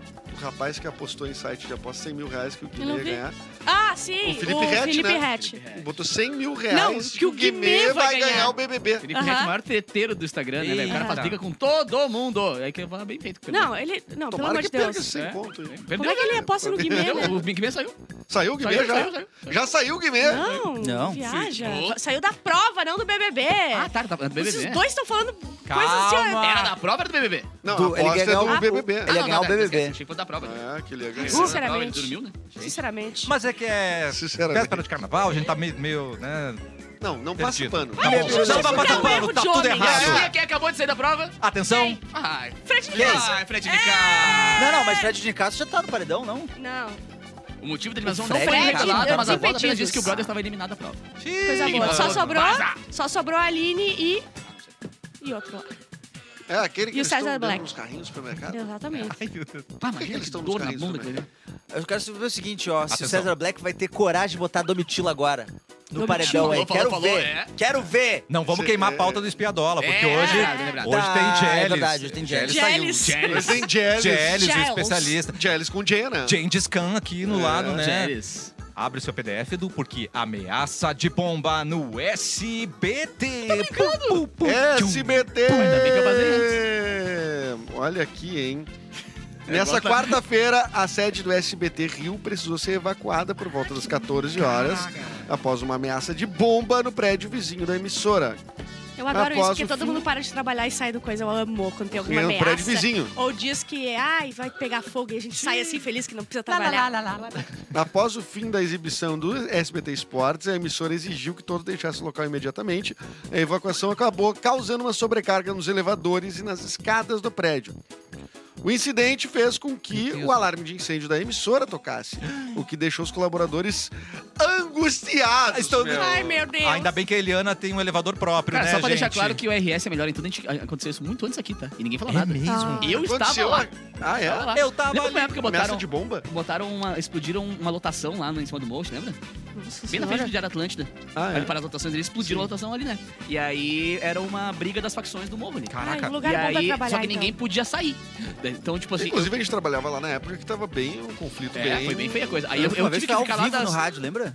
do rapaz que apostou em site de aposta 100 mil reais que o
Eu
Guimê
não
ia
vi.
ganhar.
Ah, sim,
O Felipe Rett,
Felipe
né?
Rett.
É.
Botou 100 mil
Não,
reais
que o Guimê vai
vai ganhar.
ganhar
o BBB.
Felipe
Aham.
Rett, o maior treteiro do Instagram, né, velho? O cara faz
Eita.
briga com todo mundo. É que eu vou bem feito. perdeu.
Não, ele... Não, pelo
Tomara
amor
que
de
perca
Deus.
esses 100
É.
pontos. aí.
Perdeu,
Como é que ele
né?
aposta no Guimê,
Perdeu.
né?
O Big Man saiu.
Saiu o Guimê
Saiu,
já?
saiu, saiu, saiu.
Já saiu o Guimê.
Não, não
Não.
viaja.
Ficou.
Saiu da prova, não do BBB.
Ah, tá, tá.
Esses
BBB.
É. dois estão falando coisas assim... ó,
Calma.
Era da prova era do BBB?
Não,
Do-
a
ele
aposta é
ganhou
do
o-
BBB.
Ele ia
Ah, não,
ganhar o
tá, tá,
BBB.
esquece, Achei que fosse da prova. né?
Ah, que ele ia
Era
ganhar.
da prova, Ele
Uh, Sinceramente.
dormiu, né?
Sinceramente.
Mas é que é
Sinceramente.
véspera de carnaval, a gente tá meio, meio, né,
Não, não passa
perdido.
pano.
Tá bom,
Isso
não
é
vai
um
passar
erro
pano, tá
de
tudo
homem.
errado.
Quem é que acabou de sair da prova?
Atenção,
Ai,
Frente de casa.
ai
É.
Fred Nicasso.
Não, não, mas Fred de Castro já tá no paredão, não?
Não.
O motivo da eliminação
O
não foi
Fred
revelado,
não
mas a
tem
volta apenas
pedidos.
disse que o brother estava eliminado da prova.
Coisa boa. Só
Vaza.
sobrou, só sobrou a Aline e. E outro lá.
É aquele que
E o
eles
César
estão
Black.
dando uns carrinhos no supermercado.
Exatamente.
Pá,
que
Ah, imagina
eles
que
estão né?
dor
nos
na
carrinhos
bunda.
também?
dele. né?
Eu quero saber o seguinte, ó. Se o
Atenção.
César Black vai ter coragem de botar Domitila agora. No
Domitila,
paredão aí.
falou,
Quero
falou,
ver.
é.
Quero ver.
não vamos
Cê-
queimar a
é-
pauta do espiadola, porque
É,
hoje,
é verdade.
hoje tem
Ah,
Geles.
É verdade, hoje tem Jelly.
Jellies.
Mas tem Jellies.
Geles, o
Geles.
especialista.
Jellies com né? Jenna.
Genghis Khan aqui
É,
no lado, né?
Jairus.
Abre o seu PDF do Porque Ameaça de Bomba no SBT. Pu, pu, pu,
É,
tchum.
SBT!
bem que eu passei
Olha aqui, hein?
É,
Nessa
bota-
quarta-feira, a sede do SBT Rio precisou ser evacuada por volta das 14 horas, após uma ameaça de bomba no prédio vizinho da emissora.
Eu adoro
Após
isso, porque
o
todo
fim-
mundo para de trabalhar e sai do coisa. Eu amo quando tem alguma
Criando
ameaça.
prédio vizinho.
Ou diz que ai, vai pegar fogo e a gente sai assim feliz que não precisa trabalhar.
Após o fim da exibição do SBT Esportes, a emissora exigiu que todos deixassem o local imediatamente. A evacuação acabou causando uma sobrecarga nos elevadores e nas escadas do prédio. O incidente fez com que o alarme de incêndio da emissora tocasse, o que deixou os colaboradores angustiados.
Estou-
meu.
Ai, meu Deus.
Ainda bem que a Eliana tem um elevador próprio,
Cara,
né,
só pra deixar
gente?
claro que o RS é melhor em tudo, a gente- aconteceu isso muito antes aqui, tá? E ninguém falou
É
nada.
mesmo?
Eu estava
Aconteceu
lá.
Ah,
Tava
é?
lá.
Eu tava
Lembra
ali.
uma época que
Ameaça
botaram...
de bomba?
Botaram uma. Explodiram uma lotação lá no- em cima do Most, lembra?
Nossa
Bem na frente
Senhora.
do Diário Atlântida.
Ah,
Ali
é.
para as lotações, eles explodiram a lotação ali, né? E aí era uma briga das facções do Movo ali.
Ai, um
Caraca.
lugar
e
bom pra
aí,
trabalhar.
só que ninguém
então.
podia sair. Então, tipo assim.
Inclusive, a gente trabalhava lá na época que tava bem um conflito
eu- é,
bem.
foi bem feia a coisa. Aí eu,
Uma
eu
vez
tive que
foi ao
ficar lá
vivo
das...
no rádio, lembra?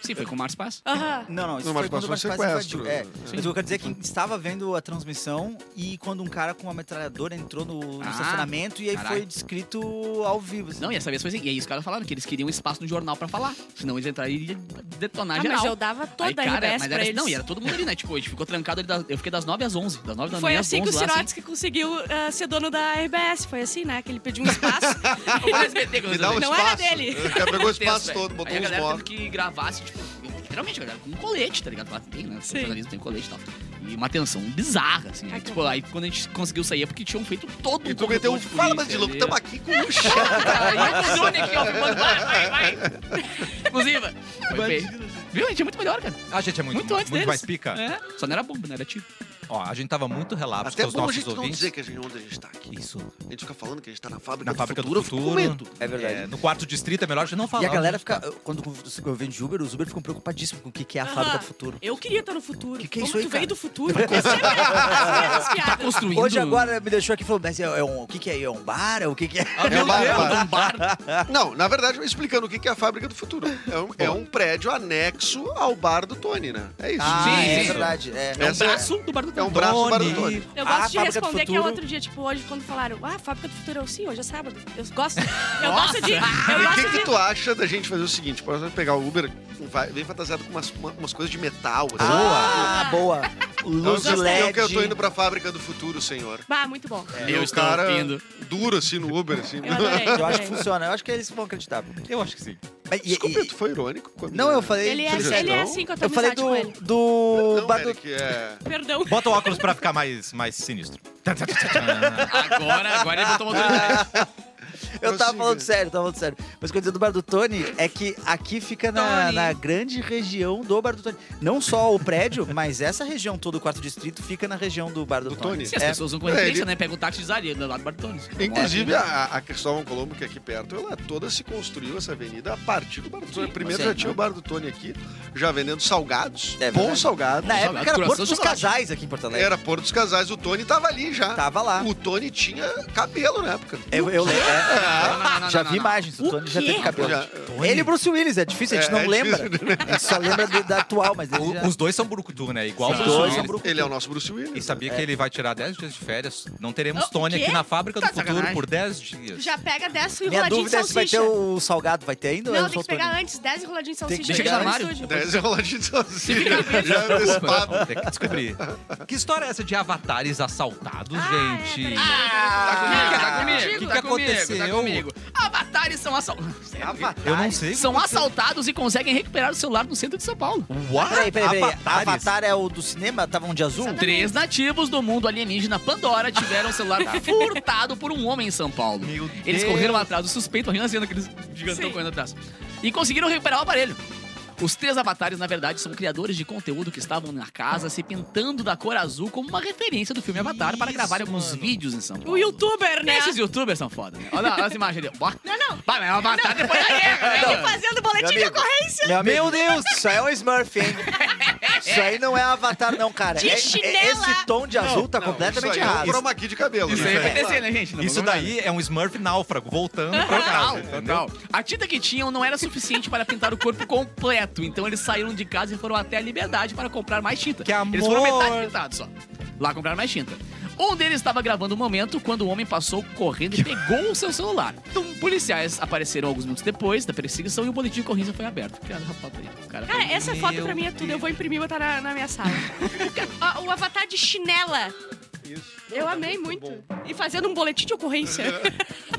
Sim, foi com o Marcos Paz.
Aham. Ah,
Não, não, isso
Não,
foi
mas
quando o
passou um
Marcos Paz invadiu.
sequestro,
É,
né?
mas eu quero dizer que estava vendo a transmissão e quando um cara com uma metralhadora entrou no, no
Ah,
estacionamento e aí
caralho.
foi descrito ao vivo. assim.
Não, e essa vez foi assim. E aí os caras falaram que eles queriam espaço no jornal pra falar. Senão eles entrariam e iam detonar
Ah,
geral.
mas eu dava
Aí,
toda a
cara,
RBS
mas
pra
era,
eles.
Não, e era todo mundo ali, né? Tipo, a gente ficou trancado ali. das- eu fiquei das 9 às 11. Das 9 da
Foi
manhã às
assim que o
11 lá,
Sirotsky conseguiu ah, ser dono da RBS. Foi assim, né? Que ele pediu um espaço.
Me dá um
Não era
espaço.
dele.
O cara pegou o
Tenso,
espaço
né? velho.
todo, botou
Aí a
uns
galera
móveis.
teve que gravasse, tipo, literalmente, a galera com um colete, tá ligado? Lá tem, né?
Sim.
O jornalismo tem colete e tal. E uma tensão bizarra, assim.
Ai,
Aí,
que
tipo,
horror.
aí quando a gente conseguiu sair é porque tinham feito todo
E
um
tu meteu um
corredor de
fala
polícia né?
de louco,
ali.
tamo aqui
É.
com o chefe.
Aí o Zune aqui, ó, filmando, vai, vai, vai. Inclusive, foi feio. Viu? A gente é muito melhor, cara.
A gente é muito,
Muito antes
muito,
deles.
mais pica.
É. Só não era bomba, né? Era tiro.
Ó, a gente tava muito relapso
Até
com os
bom a
nossos
gente não
ouvintes.
dizer que a gente, onde a gente tá aqui.
Isso.
A gente fica falando que a gente tá na fábrica,
Na fábrica do
eu fico com
futuro.
medo.
É verdade.
É, no quarto distrito é melhor a gente não falar.
E a galera fica, quando você vem de Uber, os Uber ficam preocupadíssimos com o que que é a
Ah.
Aham.
fábrica do futuro.
Eu queria estar no futuro.
Que que é
Como
isso aí,
tu
cara?
veio do futuro? Eu sempre faço essas piadas.
Construindo.
Hoje agora me deixou aqui e falou, mas é, é um, o que que é? É um bar? É o que que é?
Ah,
É uma- uma-
Um bar.
Não, na verdade, explicando o que que é a fábrica do futuro. É um, é um prédio anexo ao bar do Tony, né? É isso.
Ah,
Sim,
é
sim.
verdade. É.
É um
Essa é-
braço do bar do
É um braço para
Tony.
o Tony. Ah,
Eu
Ah,
A
gosto de
Fábrica do
responder que é
Futuro.
outro dia, tipo, hoje, quando falaram, ah, Fábrica do Futuro, eu, sim, hoje é sábado. Eu gosto, eu gosto de. Eu
E o
gosto
que,
de.
que tu acha da gente fazer o seguinte? Pode pegar o Uber, vai- vem fantasiado com umas, uma- umas coisas de metal. Assim. Então,
Ah, boa. Luz de
eu,
LED.
é eu tô indo pra fábrica do futuro, senhor.
Ah, muito bom.
É,
E
Eu
o
estou
É um cara
ouvindo.
duro assim no Uber, assim.
Eu adorei.
Eu acho que
adorei.
funciona. Eu acho que eles vão acreditar.
Eu acho que sim.
Mas, e-
Desculpa,
e-
tu foi irônico. com a
não,
minha-
eu falei.
Ele é,
Sugestão?
ele é assim que eu tô
eu falei
amizade com
do.
ele.
Do.
Então? Não,
Badu-
Eric, é...
Perdão.
Bota o óculos pra ficar mais, mais sinistro.
Agora, agora ele botou uma outra.
Eu tava
Prossiga.
falando sério, tava falando sério. Mas o que eu ia dizer do Bar do Tony é que aqui fica na,
Tony.
na grande região do Bar do Tony. Não só o prédio, mas essa região toda, o quarto distrito, fica na região do Bar do,
Do
Tony.
Tony.
Se as
É.
pessoas vão com
É,
referência,
ele-
né? Pega o táxi e desaria do lado do Bartoni.
Inclusive, a, a Cristóvão Colombo, que é aqui perto, ela toda se construiu essa avenida a partir do Bar do Tony. Primeiro
você-
já tinha o Bar do Tony aqui, já vendendo salgados,
É verdade.
bons salgados.
Na época era
Coração
Porto dos
Chocolate.
Casais aqui em Porto
é.
Alegre.
Era Porto dos Casais, o Tony tava ali já.
Tá.
Tava lá.
O Tony tinha cabelo na época.
Eu, eu lembro. é.
Não, não, não, não,
já
não,
vi
não.
imagens, o,
O
Tony já
quê?
teve cabelo.
Já-
Ele e o Bruce Willis, é difícil, a gente
É,
não
é
lembra. A gente só lembra do- da atual, mas ele já...
O- Os dois são brucutu, né? Igual
Os
o
dois
Bruce
são
Willis.
brucutu.
Ele é o nosso Bruce Willis.
E sabia que ele vai tirar 10 dias de férias. Não teremos
Ah, o
Tony
quê?
aqui na Fábrica
Tá
do Futuro
sacanagem.
por 10 dias.
Já pega 10
Minha
enroladinhos de
dúvida é se vai ter
salsicha.
o salgado, vai ter ainda? ou é
Não,
só
tem
o
que pegar
Tony?
antes 10 enroladinhos de
Tem que
salsicha.
pegar
no
antes.
estúdio.
Dez enroladinhos de salsicha.
fica-
Já era esse papo.
Vamos ter que descobrir. Que história é essa de avatares assaltados,
Ah, é,
gente?
peraí.
Tá comigo, tá
Ah,
comigo.
que
tá
que
comigo,
aconteceu?
Tá comigo. Avatares são assaltados.
Eu não sei.
São assaltados e conseguem recuperar o celular no centro de São Paulo.
What?
Peraí, peraí, peraí.
Avatares?
Avatar é o do cinema? Tava um de azul?
Três nativos do mundo alienígena Pandora tiveram o celular furtado por um homem em São Paulo.
Meu
Eles
Deus.
correram atrás do suspeito, imagina a cena, aqueles gigantão
Sim.
correndo atrás. E conseguiram recuperar o aparelho. Os três avatares, na verdade, são criadores de conteúdo que estavam na casa se pintando da cor azul como uma referência do filme Avatar para
Isso,
gravar alguns
mano.
vídeos em São Paulo.
O youtuber, né?
Esses youtubers são foda, né? Olha, olha essa imagem ali. ó.
Não, não.
Vai, mas é um avatar depois da guerra, né?
Ele fazendo boletim de
Meu amigo.
ocorrência.
Meu, Meu Deus, isso aí é um Smurf, hein? Isso aí não é Avatar, não, cara.
De
É- é-
chinela.
esse tom de azul tá
Não,
completamente
isso aí É um
errado.
chroma key de cabelo.
Isso
né?
é
aí vai descer, né, gente? Não
Isso
vamos-
daí é um Smurf náufrago voltando pra casa.
Total,
entendeu?
total. A tinta que tinham não era suficiente para pintar o corpo completo, então eles saíram de casa e foram até a Liberdade para comprar mais tinta.
Que amor!
Eles foram metade pintados só. Lá compraram mais tinta. Um deles estava gravando o momento quando o homem passou correndo e pegou o seu celular. Então, policiais apareceram alguns minutos depois da perseguição e o boletim de ocorrência foi aberto. Cara, rapaz, aí, o cara
Cara, essa
Meu
foto pra mim é tudo. Eu vou imprimir e botar na, na minha sala. Ó, o avatar de chinela.
Isso.
Eu amei muito. E fazendo um boletim de ocorrência.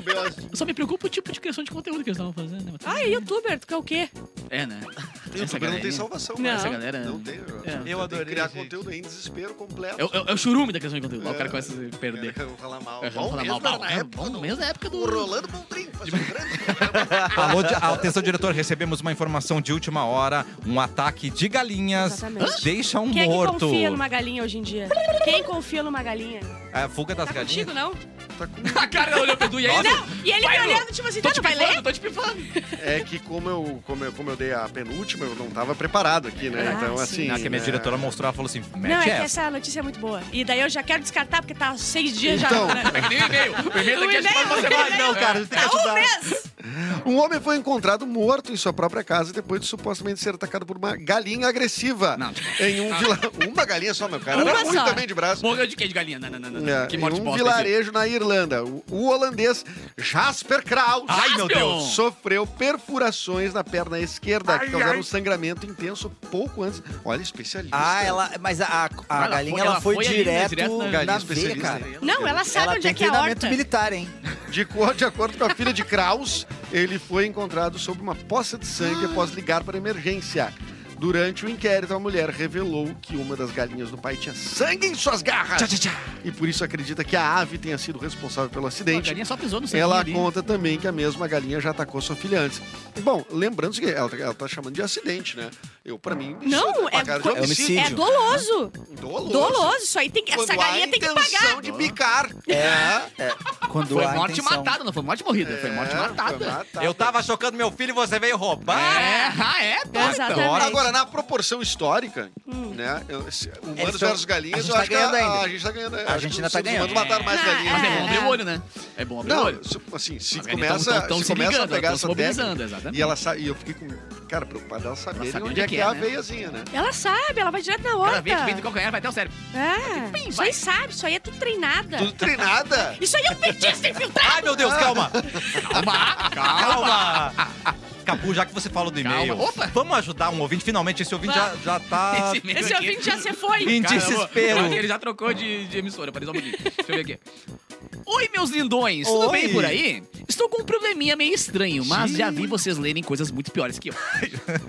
Eu Só me preocupa o tipo de criação de conteúdo que eles estavam fazendo, né? Matheus?
Ai, Ah, é youtuber, tu quer o quê?
É, né? Essa
YouTube não
galerinha.
tem salvação.
Não.
né?
Essa galera...
Não tem.
Eu
tem
adorei,
que criar
gente.
conteúdo em desespero completo.
É o- é o churume da criação de conteúdo. Lá O cara
É.
começa a perder.
Eu vou falar mal.
É,
Bom
vamos falar
mesmo,
mal, mal,
era na
né?
época
Bom
do-
mesmo na época do...
O Rolando Boldrin fazia um grande
Alô, di- atenção, diretor, recebemos uma informação de última hora. Um ataque de galinhas
Exatamente.
deixa um
Quem é que
morto.
confia numa galinha hoje em dia? Quem confia numa galinha?
É a fuga das
Tá
galinhas.
contigo, não?
A cara dela olhou pro Edu e aí...
Não, e ele
Vai,
me
Lu.
olhando, tipo assim,
Tô
tá,
te
não vai ler?
pifando, tô te pifando.
É que como eu, como eu, como eu dei a penúltima, eu não tava preparado aqui, né?
Ah,
então,
sim.
assim.
Ah, que a minha
né?
diretora mostrou, ela falou assim, mete
Não, é que
essa.
essa notícia é muito boa. E daí eu já quero descartar, porque tá há seis dias
Então,
já.
Tá
né?
É que tem um e-mail. O e-mail
é
daqui
O
acho que faz
é
e-mail,
uma
o
semana.
e-mail.
Não, cara.
Tá um
né?
mês!
Um homem foi encontrado morto em sua própria casa depois de supostamente ser atacado por uma galinha agressiva.
Não.
Em um vila... Uma galinha só, meu cara.
Uma
Era muito
só.
também de braço.
Morreu de quê de galinha? Não, não, não. não.
É,
que
em
morte
um
bosta. esse.
vilarejo na Irlanda, o, o holandês Jasper Kraus
Ai, meu Deus.
sofreu perfurações na perna esquerda que causaram um sangramento intenso pouco antes. Olha, especialista.
Ah, ela. Mas a, a- a
Ela
galinha
foi-
ela,
ela
foi,
foi ali, né,
direto,
direto na-
na, veia,
Galinha especialista.
cara.
Não, ela sabe
ela
onde é
tem
que é a
treinamento
horta.
militar, hein?
De, co- de acordo com a filha de Kraus, ele foi encontrado sob uma poça de sangue após ligar para a emergência. Durante o inquérito, a mulher revelou que uma das galinhas do pai tinha sangue em suas garras. E por isso acredita que a ave tenha sido responsável pelo
A
acidente.
galinha só pisou no sangue
Ela
ali.
conta também que a mesma galinha já atacou sua filha antes. Bom, lembrando que ela, ela tá chamando de acidente, né? Eu, pra mim, isso
Não,
pra
é
cara de
co-
homicídio.
É doloso.
Doloso.
Doloso. Isso aí tem que. Essa
Quando há
galinha tem que
intenção
pagar.
de picar.
É. é. Quando
Foi
há
morte
intenção.
matada, não foi morte morrida. Foi morte
É, foi
matada.
matada.
Eu tava chocando meu filho e você veio roubar.
É, ah, é? Tá, então.
Exatamente. Hum.
Agora, na proporção histórica, né? eu- se-
Eles
Humanos
estão-
versus
a
galinhas,
gente
eu
tá
acho que
ganhando
a,
ainda.
a gente tá ganhando.
A gente ainda tá ganhando.
Os humanos mataram mais
É.
Mas é bom
galinhas.
abrir
É.
o olho, né? É bom abrir o
Não,
olho.
se- assim, se
As galinhas
começa,
tão- tão
se
se
começa a
ligando,
pegar
elas tão
essa
se mobilizando,
técnica,
exatamente.
e ela sa- e eu fiquei com cara preocupado elas saberem
saber
onde é que pegar
né?
a veiazinha, né?
Ela sabe, ela vai direto na
Cada vez que vem do
horta.
calcanhar vai até o cérebro.
É, isso aí sabe, isso aí é tudo treinada.
Tudo treinada.
Isso aí é um petista infiltrado.
Ai, meu Deus, calma! Calma! Calma! Capu, já que você falou do e-mail,
Calma. Opa.
vamos ajudar um ouvinte. Finalmente, esse ouvinte já,
Vai.
já tá
e-mail
Esse
aqui-
ouvinte já se foi.
em
Cara, eu vou-
desespero.
Ele já trocou de, de emissora, peraí só um pouquinho. Deixa eu ver aqui. Oi, meus lindões, tudo
Oi.
bem por aí? Estou com um probleminha meio estranho, mas já vi vocês lerem coisas muito piores que eu.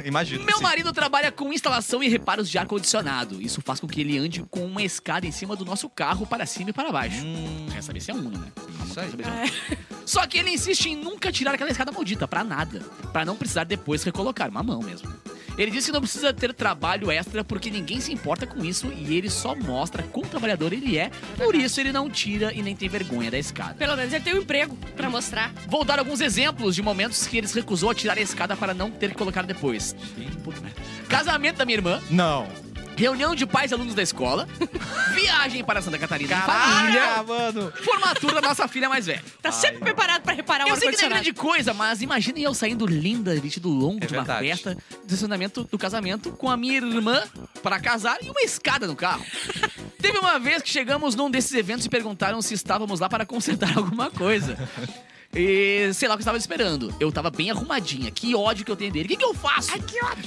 Imagino.
Meu
sim.
marido trabalha com instalação e reparos de ar-condicionado. Isso faz com que ele ande com uma escada em cima do nosso carro para cima e para baixo.
Hum,
Quer saber se é Uno, né?
isso aí.
É.
Só que ele insiste em nunca tirar aquela escada maldita, pra nada. Pra não precisar depois recolocar, uma mão mesmo. Ele disse que não precisa ter trabalho extra porque ninguém se importa com isso e ele só mostra quão trabalhador ele é, por isso ele não tira e nem tem vergonha da escada.
Pelo menos ele tem um emprego pra mostrar.
Vou dar alguns exemplos de momentos que ele se recusou a tirar a escada para não ter que colocar depois. Puta merda. Casamento da minha irmã,
Não.
reunião de pais e alunos da escola, viagem para Santa Catarina em família,
Ah, mano.
formatura da nossa filha mais velha.
Tá sempre preparado pra reparar o
Eu sei que não é
um ar-condicionado.
grande coisa, mas imaginem eu saindo linda, vestido longo
É
de uma
verdade.
festa, do estacionamento do casamento, com a minha irmã para casar e uma escada no carro. Teve uma vez que chegamos num desses eventos e perguntaram se estávamos lá para consertar alguma coisa. E sei lá o que eu estava esperando. Eu estava bem arrumadinha. Que ódio que eu tenho dele. O que, que eu faço?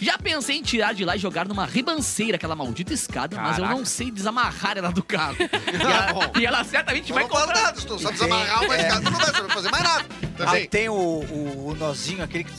Já pensei em tirar de lá e jogar numa ribanceira aquela maldita escada, mas eu não
Caraca.
sei desamarrar ela do carro. e,
Tá
ela,
bom.
e ela certamente
Não
vai
vai falar
comprar.
nada, se tu só desamarrar uma
É.
escada, tu não vai saber fazer mais nada. Então,
Aí
assim,
Ah, tem o, o, o nozinho, aquele que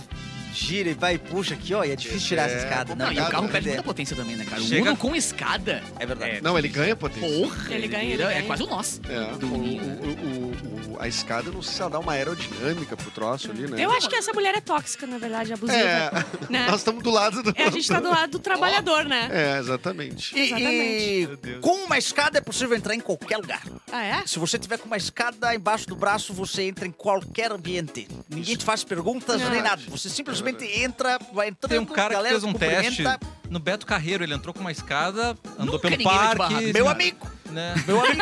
gira e vai e puxa aqui, ó. E é difícil tirar essa
É
escada.
Não, e o
complicado,
carro
né?
perde muita potência também, né, cara? O
Chega-
Uno com escada.
É verdade.
não, ele ganha potência.
Porra,
Ele
ele
ganha,
ganha.
ele
É
ganha.
quase o nosso.
É,
Do
o-
Uno, né?
o- o- o- a escada, não sei se ela dá uma aerodinâmica pro troço ali, né?
Eu acho que essa mulher é tóxica, na verdade, abusiva.
É,
Né?
nós estamos do lado do...
É, a gente tá do lado do trabalhador, né?
É, exatamente.
E- E,
Exatamente.
com uma escada é possível entrar em qualquer lugar.
Ah, é?
Se você tiver com uma escada embaixo do braço, você entra em qualquer ambiente. Ninguém te faz perguntas
Não.
nem nada. Você simplesmente entra, vai entrando,
Tem um cara que
galera
fez um
te cumprimenta.
teste no Beto Carreiro. Ele entrou com uma escada, andou
Nunca
pelo
ninguém veio de
parque.
barraca.
Meu amigo,
Né?
meu amigo.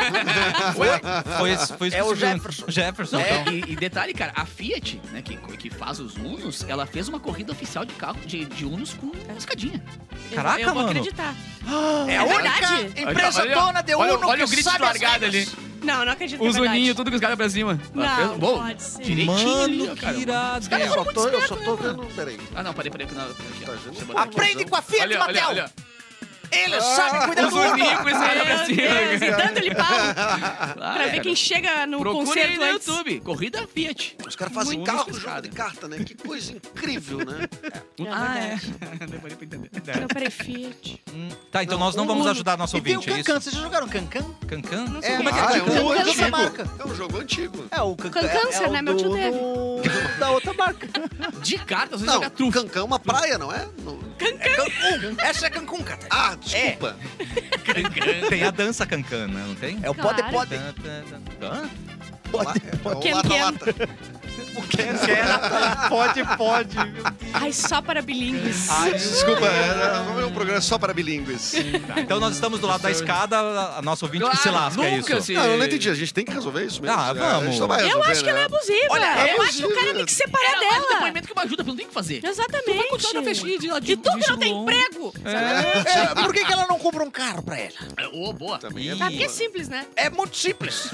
Foi, esse- foi isso
É
que
o
eu sugiro.
Jefferson.
Jefferson,
É,
então.
e, e detalhe, cara, a Fiat, né, que, que faz os Unos, ela fez uma corrida oficial de carro, de, de Unos com
É.
escadinha.
Eu-
Caraca,
eu, vou
mano.
acreditar.
É
É
a única
verdade?
empresa
Olha, olha,
dona de
olha,
Uno
olha o
que
grito de
sabe as
largada ali.
regras.
Não, não acredito. que é
Os
verdade.
Uninho, tudo com os caras pra cima. Ela
Não,
fez- Bom,
pode ser.
direitinho ali, ó,
Mano,
cara.
que irado.
É, Eu só tô, eu só
né,
tô vendo... Peraí.
Ah, não, parei, parei. que não- Aqui,
Tá vendo?
ó.
Aprende com a Fiat
Olha, olha, olha. Ah.
Matel. Ele sabe cuidar
Os
do Uno.
Uninho com esse cara pra
Meu Deus,
cima.
e dando-lhe pau
Ah,
pra
é,
ver
cara.
quem chega no
Procura aí
concerto
no
antes.
YouTube. Corrida Fiat.
Os caras fazem
Muito
um carro no jogo de
escada.
carta, né? Que coisa incrível, né?
Ah, é. Demorei pra entender.
Eu prefiro.
Hum, Tá, então nós não vamos ajudar nosso
E tem o
ouvinte, é isso?
Cancan. Vocês já jogaram Cancan?
Cancan?
É.
Como é que
Ah,
é
um
Cancan?
jogo dessa
antigo.
marca.
É um jogo antigo.
É, o Cancan. é,
Cancan,
é
câncer,
o
né? Meu tio
do-
teve.
do- Da outra marca.
De cartas, você
Não,
joga trufa.
Cancã é uma praia, não é? No-
Cancun. Essa é Cancun, cara.
Ah, desculpa.
É.
Tem a dança Cancan, né? Não tem?
É o
Claro.
pode, pode.
Tan, tan, tan. Hã?
Pode,
Ou
Ken
lata,
Ken.
lata.
Pode, pode.
Ai, só para bilíngues.
Ah, Desculpa, é, vamos ver um programa só para bilíngues.
Então nós estamos do lado da escada, a- a nossa ouvinte que se lasca, é isso.
nunca se...
Não, eu não entendi. A gente tem que resolver isso mesmo.
Ah,
É, A
vamos.
gente não vai
Eu
resolver,
acho que ela é
né?
abusiva.
Olha,
eu acho que o cara
abusiva.
tem que se separar
Ela mais um
dela.
depoimento que uma ajuda, porque não tem o que fazer.
Exatamente.
Vai continuar na festinha de
E tu que não tem emprego.
É, por que, que ela não compra um carro pra ela?
Ô, boa.
Também é
Ih.
Ah, porque é
boa.
simples, né?
É muito simples.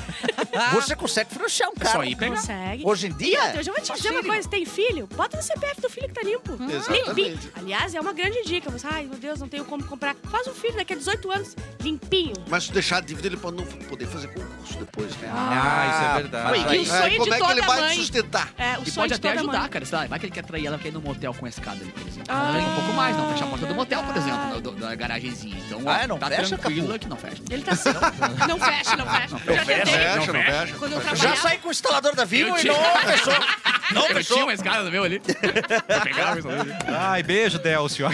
Você consegue financiar um
Só
carro.
aí pegar.
Consegue.
Hoje em
Meu
dia,
Deus, eu vou te dizer uma coisa, tem filho? Bota no CPF do filho que tá limpo.
Exatamente.
Limpinho. Aliás, é uma grande dica. Você, ai, meu Deus, não tenho como comprar. Faz um filho daqui a 18 anos, limpinho.
Mas se deixar a dívida, ele pode não poder fazer concurso depois, né?
Ah, isso é verdade.
E o
É,
sonho
como
de
é que
toda
ele vai
mãe.
sustentar?
É, o
E
sonho
pode
de
até
toda
ajudar,
mãe.
cara. Sei lá, vai que ele quer trair ela, quer ir no motel com a escada ali, por exemplo.
Ah,
Ela ganha um pouco mais, não fecha a porta do motel, por exemplo, da- do- da garagenzinha. Então,
Ah,
ó,
não
tá
fecha,
tranquilo
Capu?
que não fecha. Ah,
Ele tá assim. Não fecha, não fecha. Eu já
É,
fecha,
tentei.
não fecha.
Quando eu
já
trabalhava.
saí com o instalador da Vivo
Eu
e
te-
não fechou. Não
Eu
fechou.
tinha uma escada no meu ali. Pra pegar, mas não-
Ai, beijo, Delcio.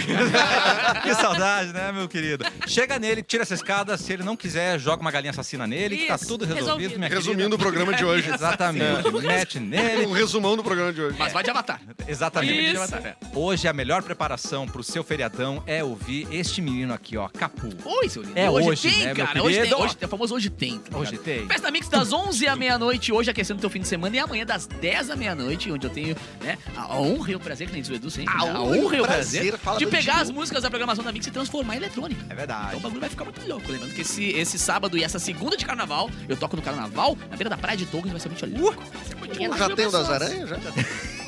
que saudade, né, meu querido? Chega nele, tira essa escada. Se ele não quiser, joga uma galinha assassina nele, que tá
Isso,
tudo resolvido,
resolvido.
minha
Resumindo o programa de hoje.
querida. Exatamente. Mete nele.
Um resumão do programa de hoje.
Mas vai de avatar.
Exatamente.
Isso.
Hoje a melhor preparação pro seu feriadão é ouvir este menino aqui, ó, Capu.
Oi, seu lindo.
É hoje,
tem,
né, meu
cara. Hoje tem.
querido?
Hoje, é o famoso hoje tem. tá
Hoje
ligado?
tem.
Festa Mix das 11 à meia-noite, hoje aquecendo teu fim de semana e amanhã das 10 à meia-noite, onde eu tenho né, né? A honra e o prazer, que nem diz o Edu sempre.
A
né?
honra e o prazer, fala
de
do
pegar
Dino.
as músicas da programação da Mix e transformar em eletrônica.
É verdade.
Então o bagulho vai ficar muito louco. Lembrando que esse, esse sábado e essa segunda de carnaval, eu toco no carnaval, na beira da praia de Douglas, vai ser muito louco. Vai ser muito louco.
Uh! Já tem o das aranhas? Já?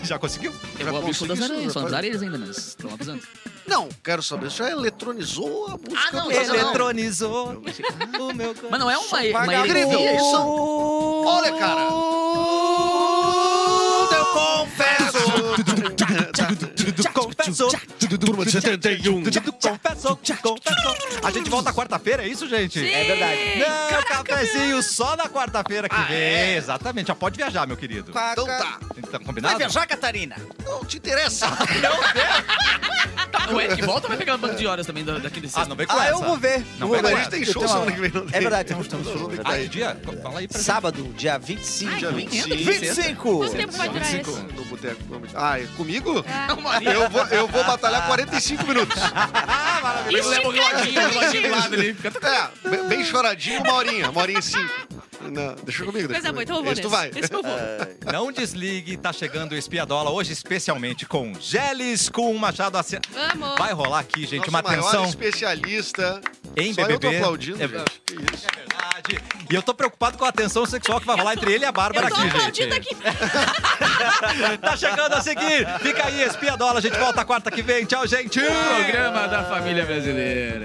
Já conseguiu?
Eu
Já
vou abrir o show das
consegui isso,
aranhas, só
rapaz.
das areias ainda, mas estão avisando.
Não, quero saber. Já eletronizou a música
Ah, não,
do Azarão?
Eletronizou o meu coração.
Mas não é uma, uma
Magari-
heresia.
Isso. Olha, cara.
Eu
Confesso.
Confesso,
Turma de 71.
confesso, confesso. A gente volta quarta-feira, é isso, gente?
Sim!
É
verdade.
Não, cafezinho só na quarta-feira que
Ah,
vem.
é?
Exatamente, já pode viajar, meu querido.
Então tá.
Então,
Vai
combinado?
viajar, Catarina?
Não te interessa.
Tá, o Eric volta ou vai pegar um banco de horas também da- daqui desse
Ah, não vem com
é
Ah,
essa.
eu vou ver.
Não
vou
vai
ver.
A gente tem show
Eu tenho
semana
uma-
que vem, não
É
tem.
verdade, temos, temos
Não,
show.
não tem.
Ah, que dia? Fala aí pra gente.
Sábado, dia 25.
Dia
não
25.
25!
Quanto tempo vai durar isso?
No boteco. Ah, é comigo?
Ah,
Eu vou, eu vou batalhar 45 minutos.
Ele leva o reloginho, o reloginho do lado ali. Fica
É, bem- bem choradinho, uma horinha. Uma horinha e cinco. Não, deixa comigo. deixa
Coisa boa,
comigo.
então eu vou
Esse tu
nesse.
vai.
Esse eu vou.
Não desligue, tá chegando o Espiadola hoje especialmente com Geles com um Machado Assi...
Vamos.
Vai rolar aqui, gente,
Nosso
uma
maior
atenção
especialista.
em
Só eu tô
BBB.
aplaudindo,
é
gente. Que isso.
verdade. E eu tô preocupado com a atenção sexual que vai rolar entre ele e a Bárbara
Eu tô
aqui, gente.
aplaudindo aqui.
Tá chegando a seguir. Fica aí, Espiadola. A gente volta quarta que vem. Tchau, gente.
Programa da família brasileira.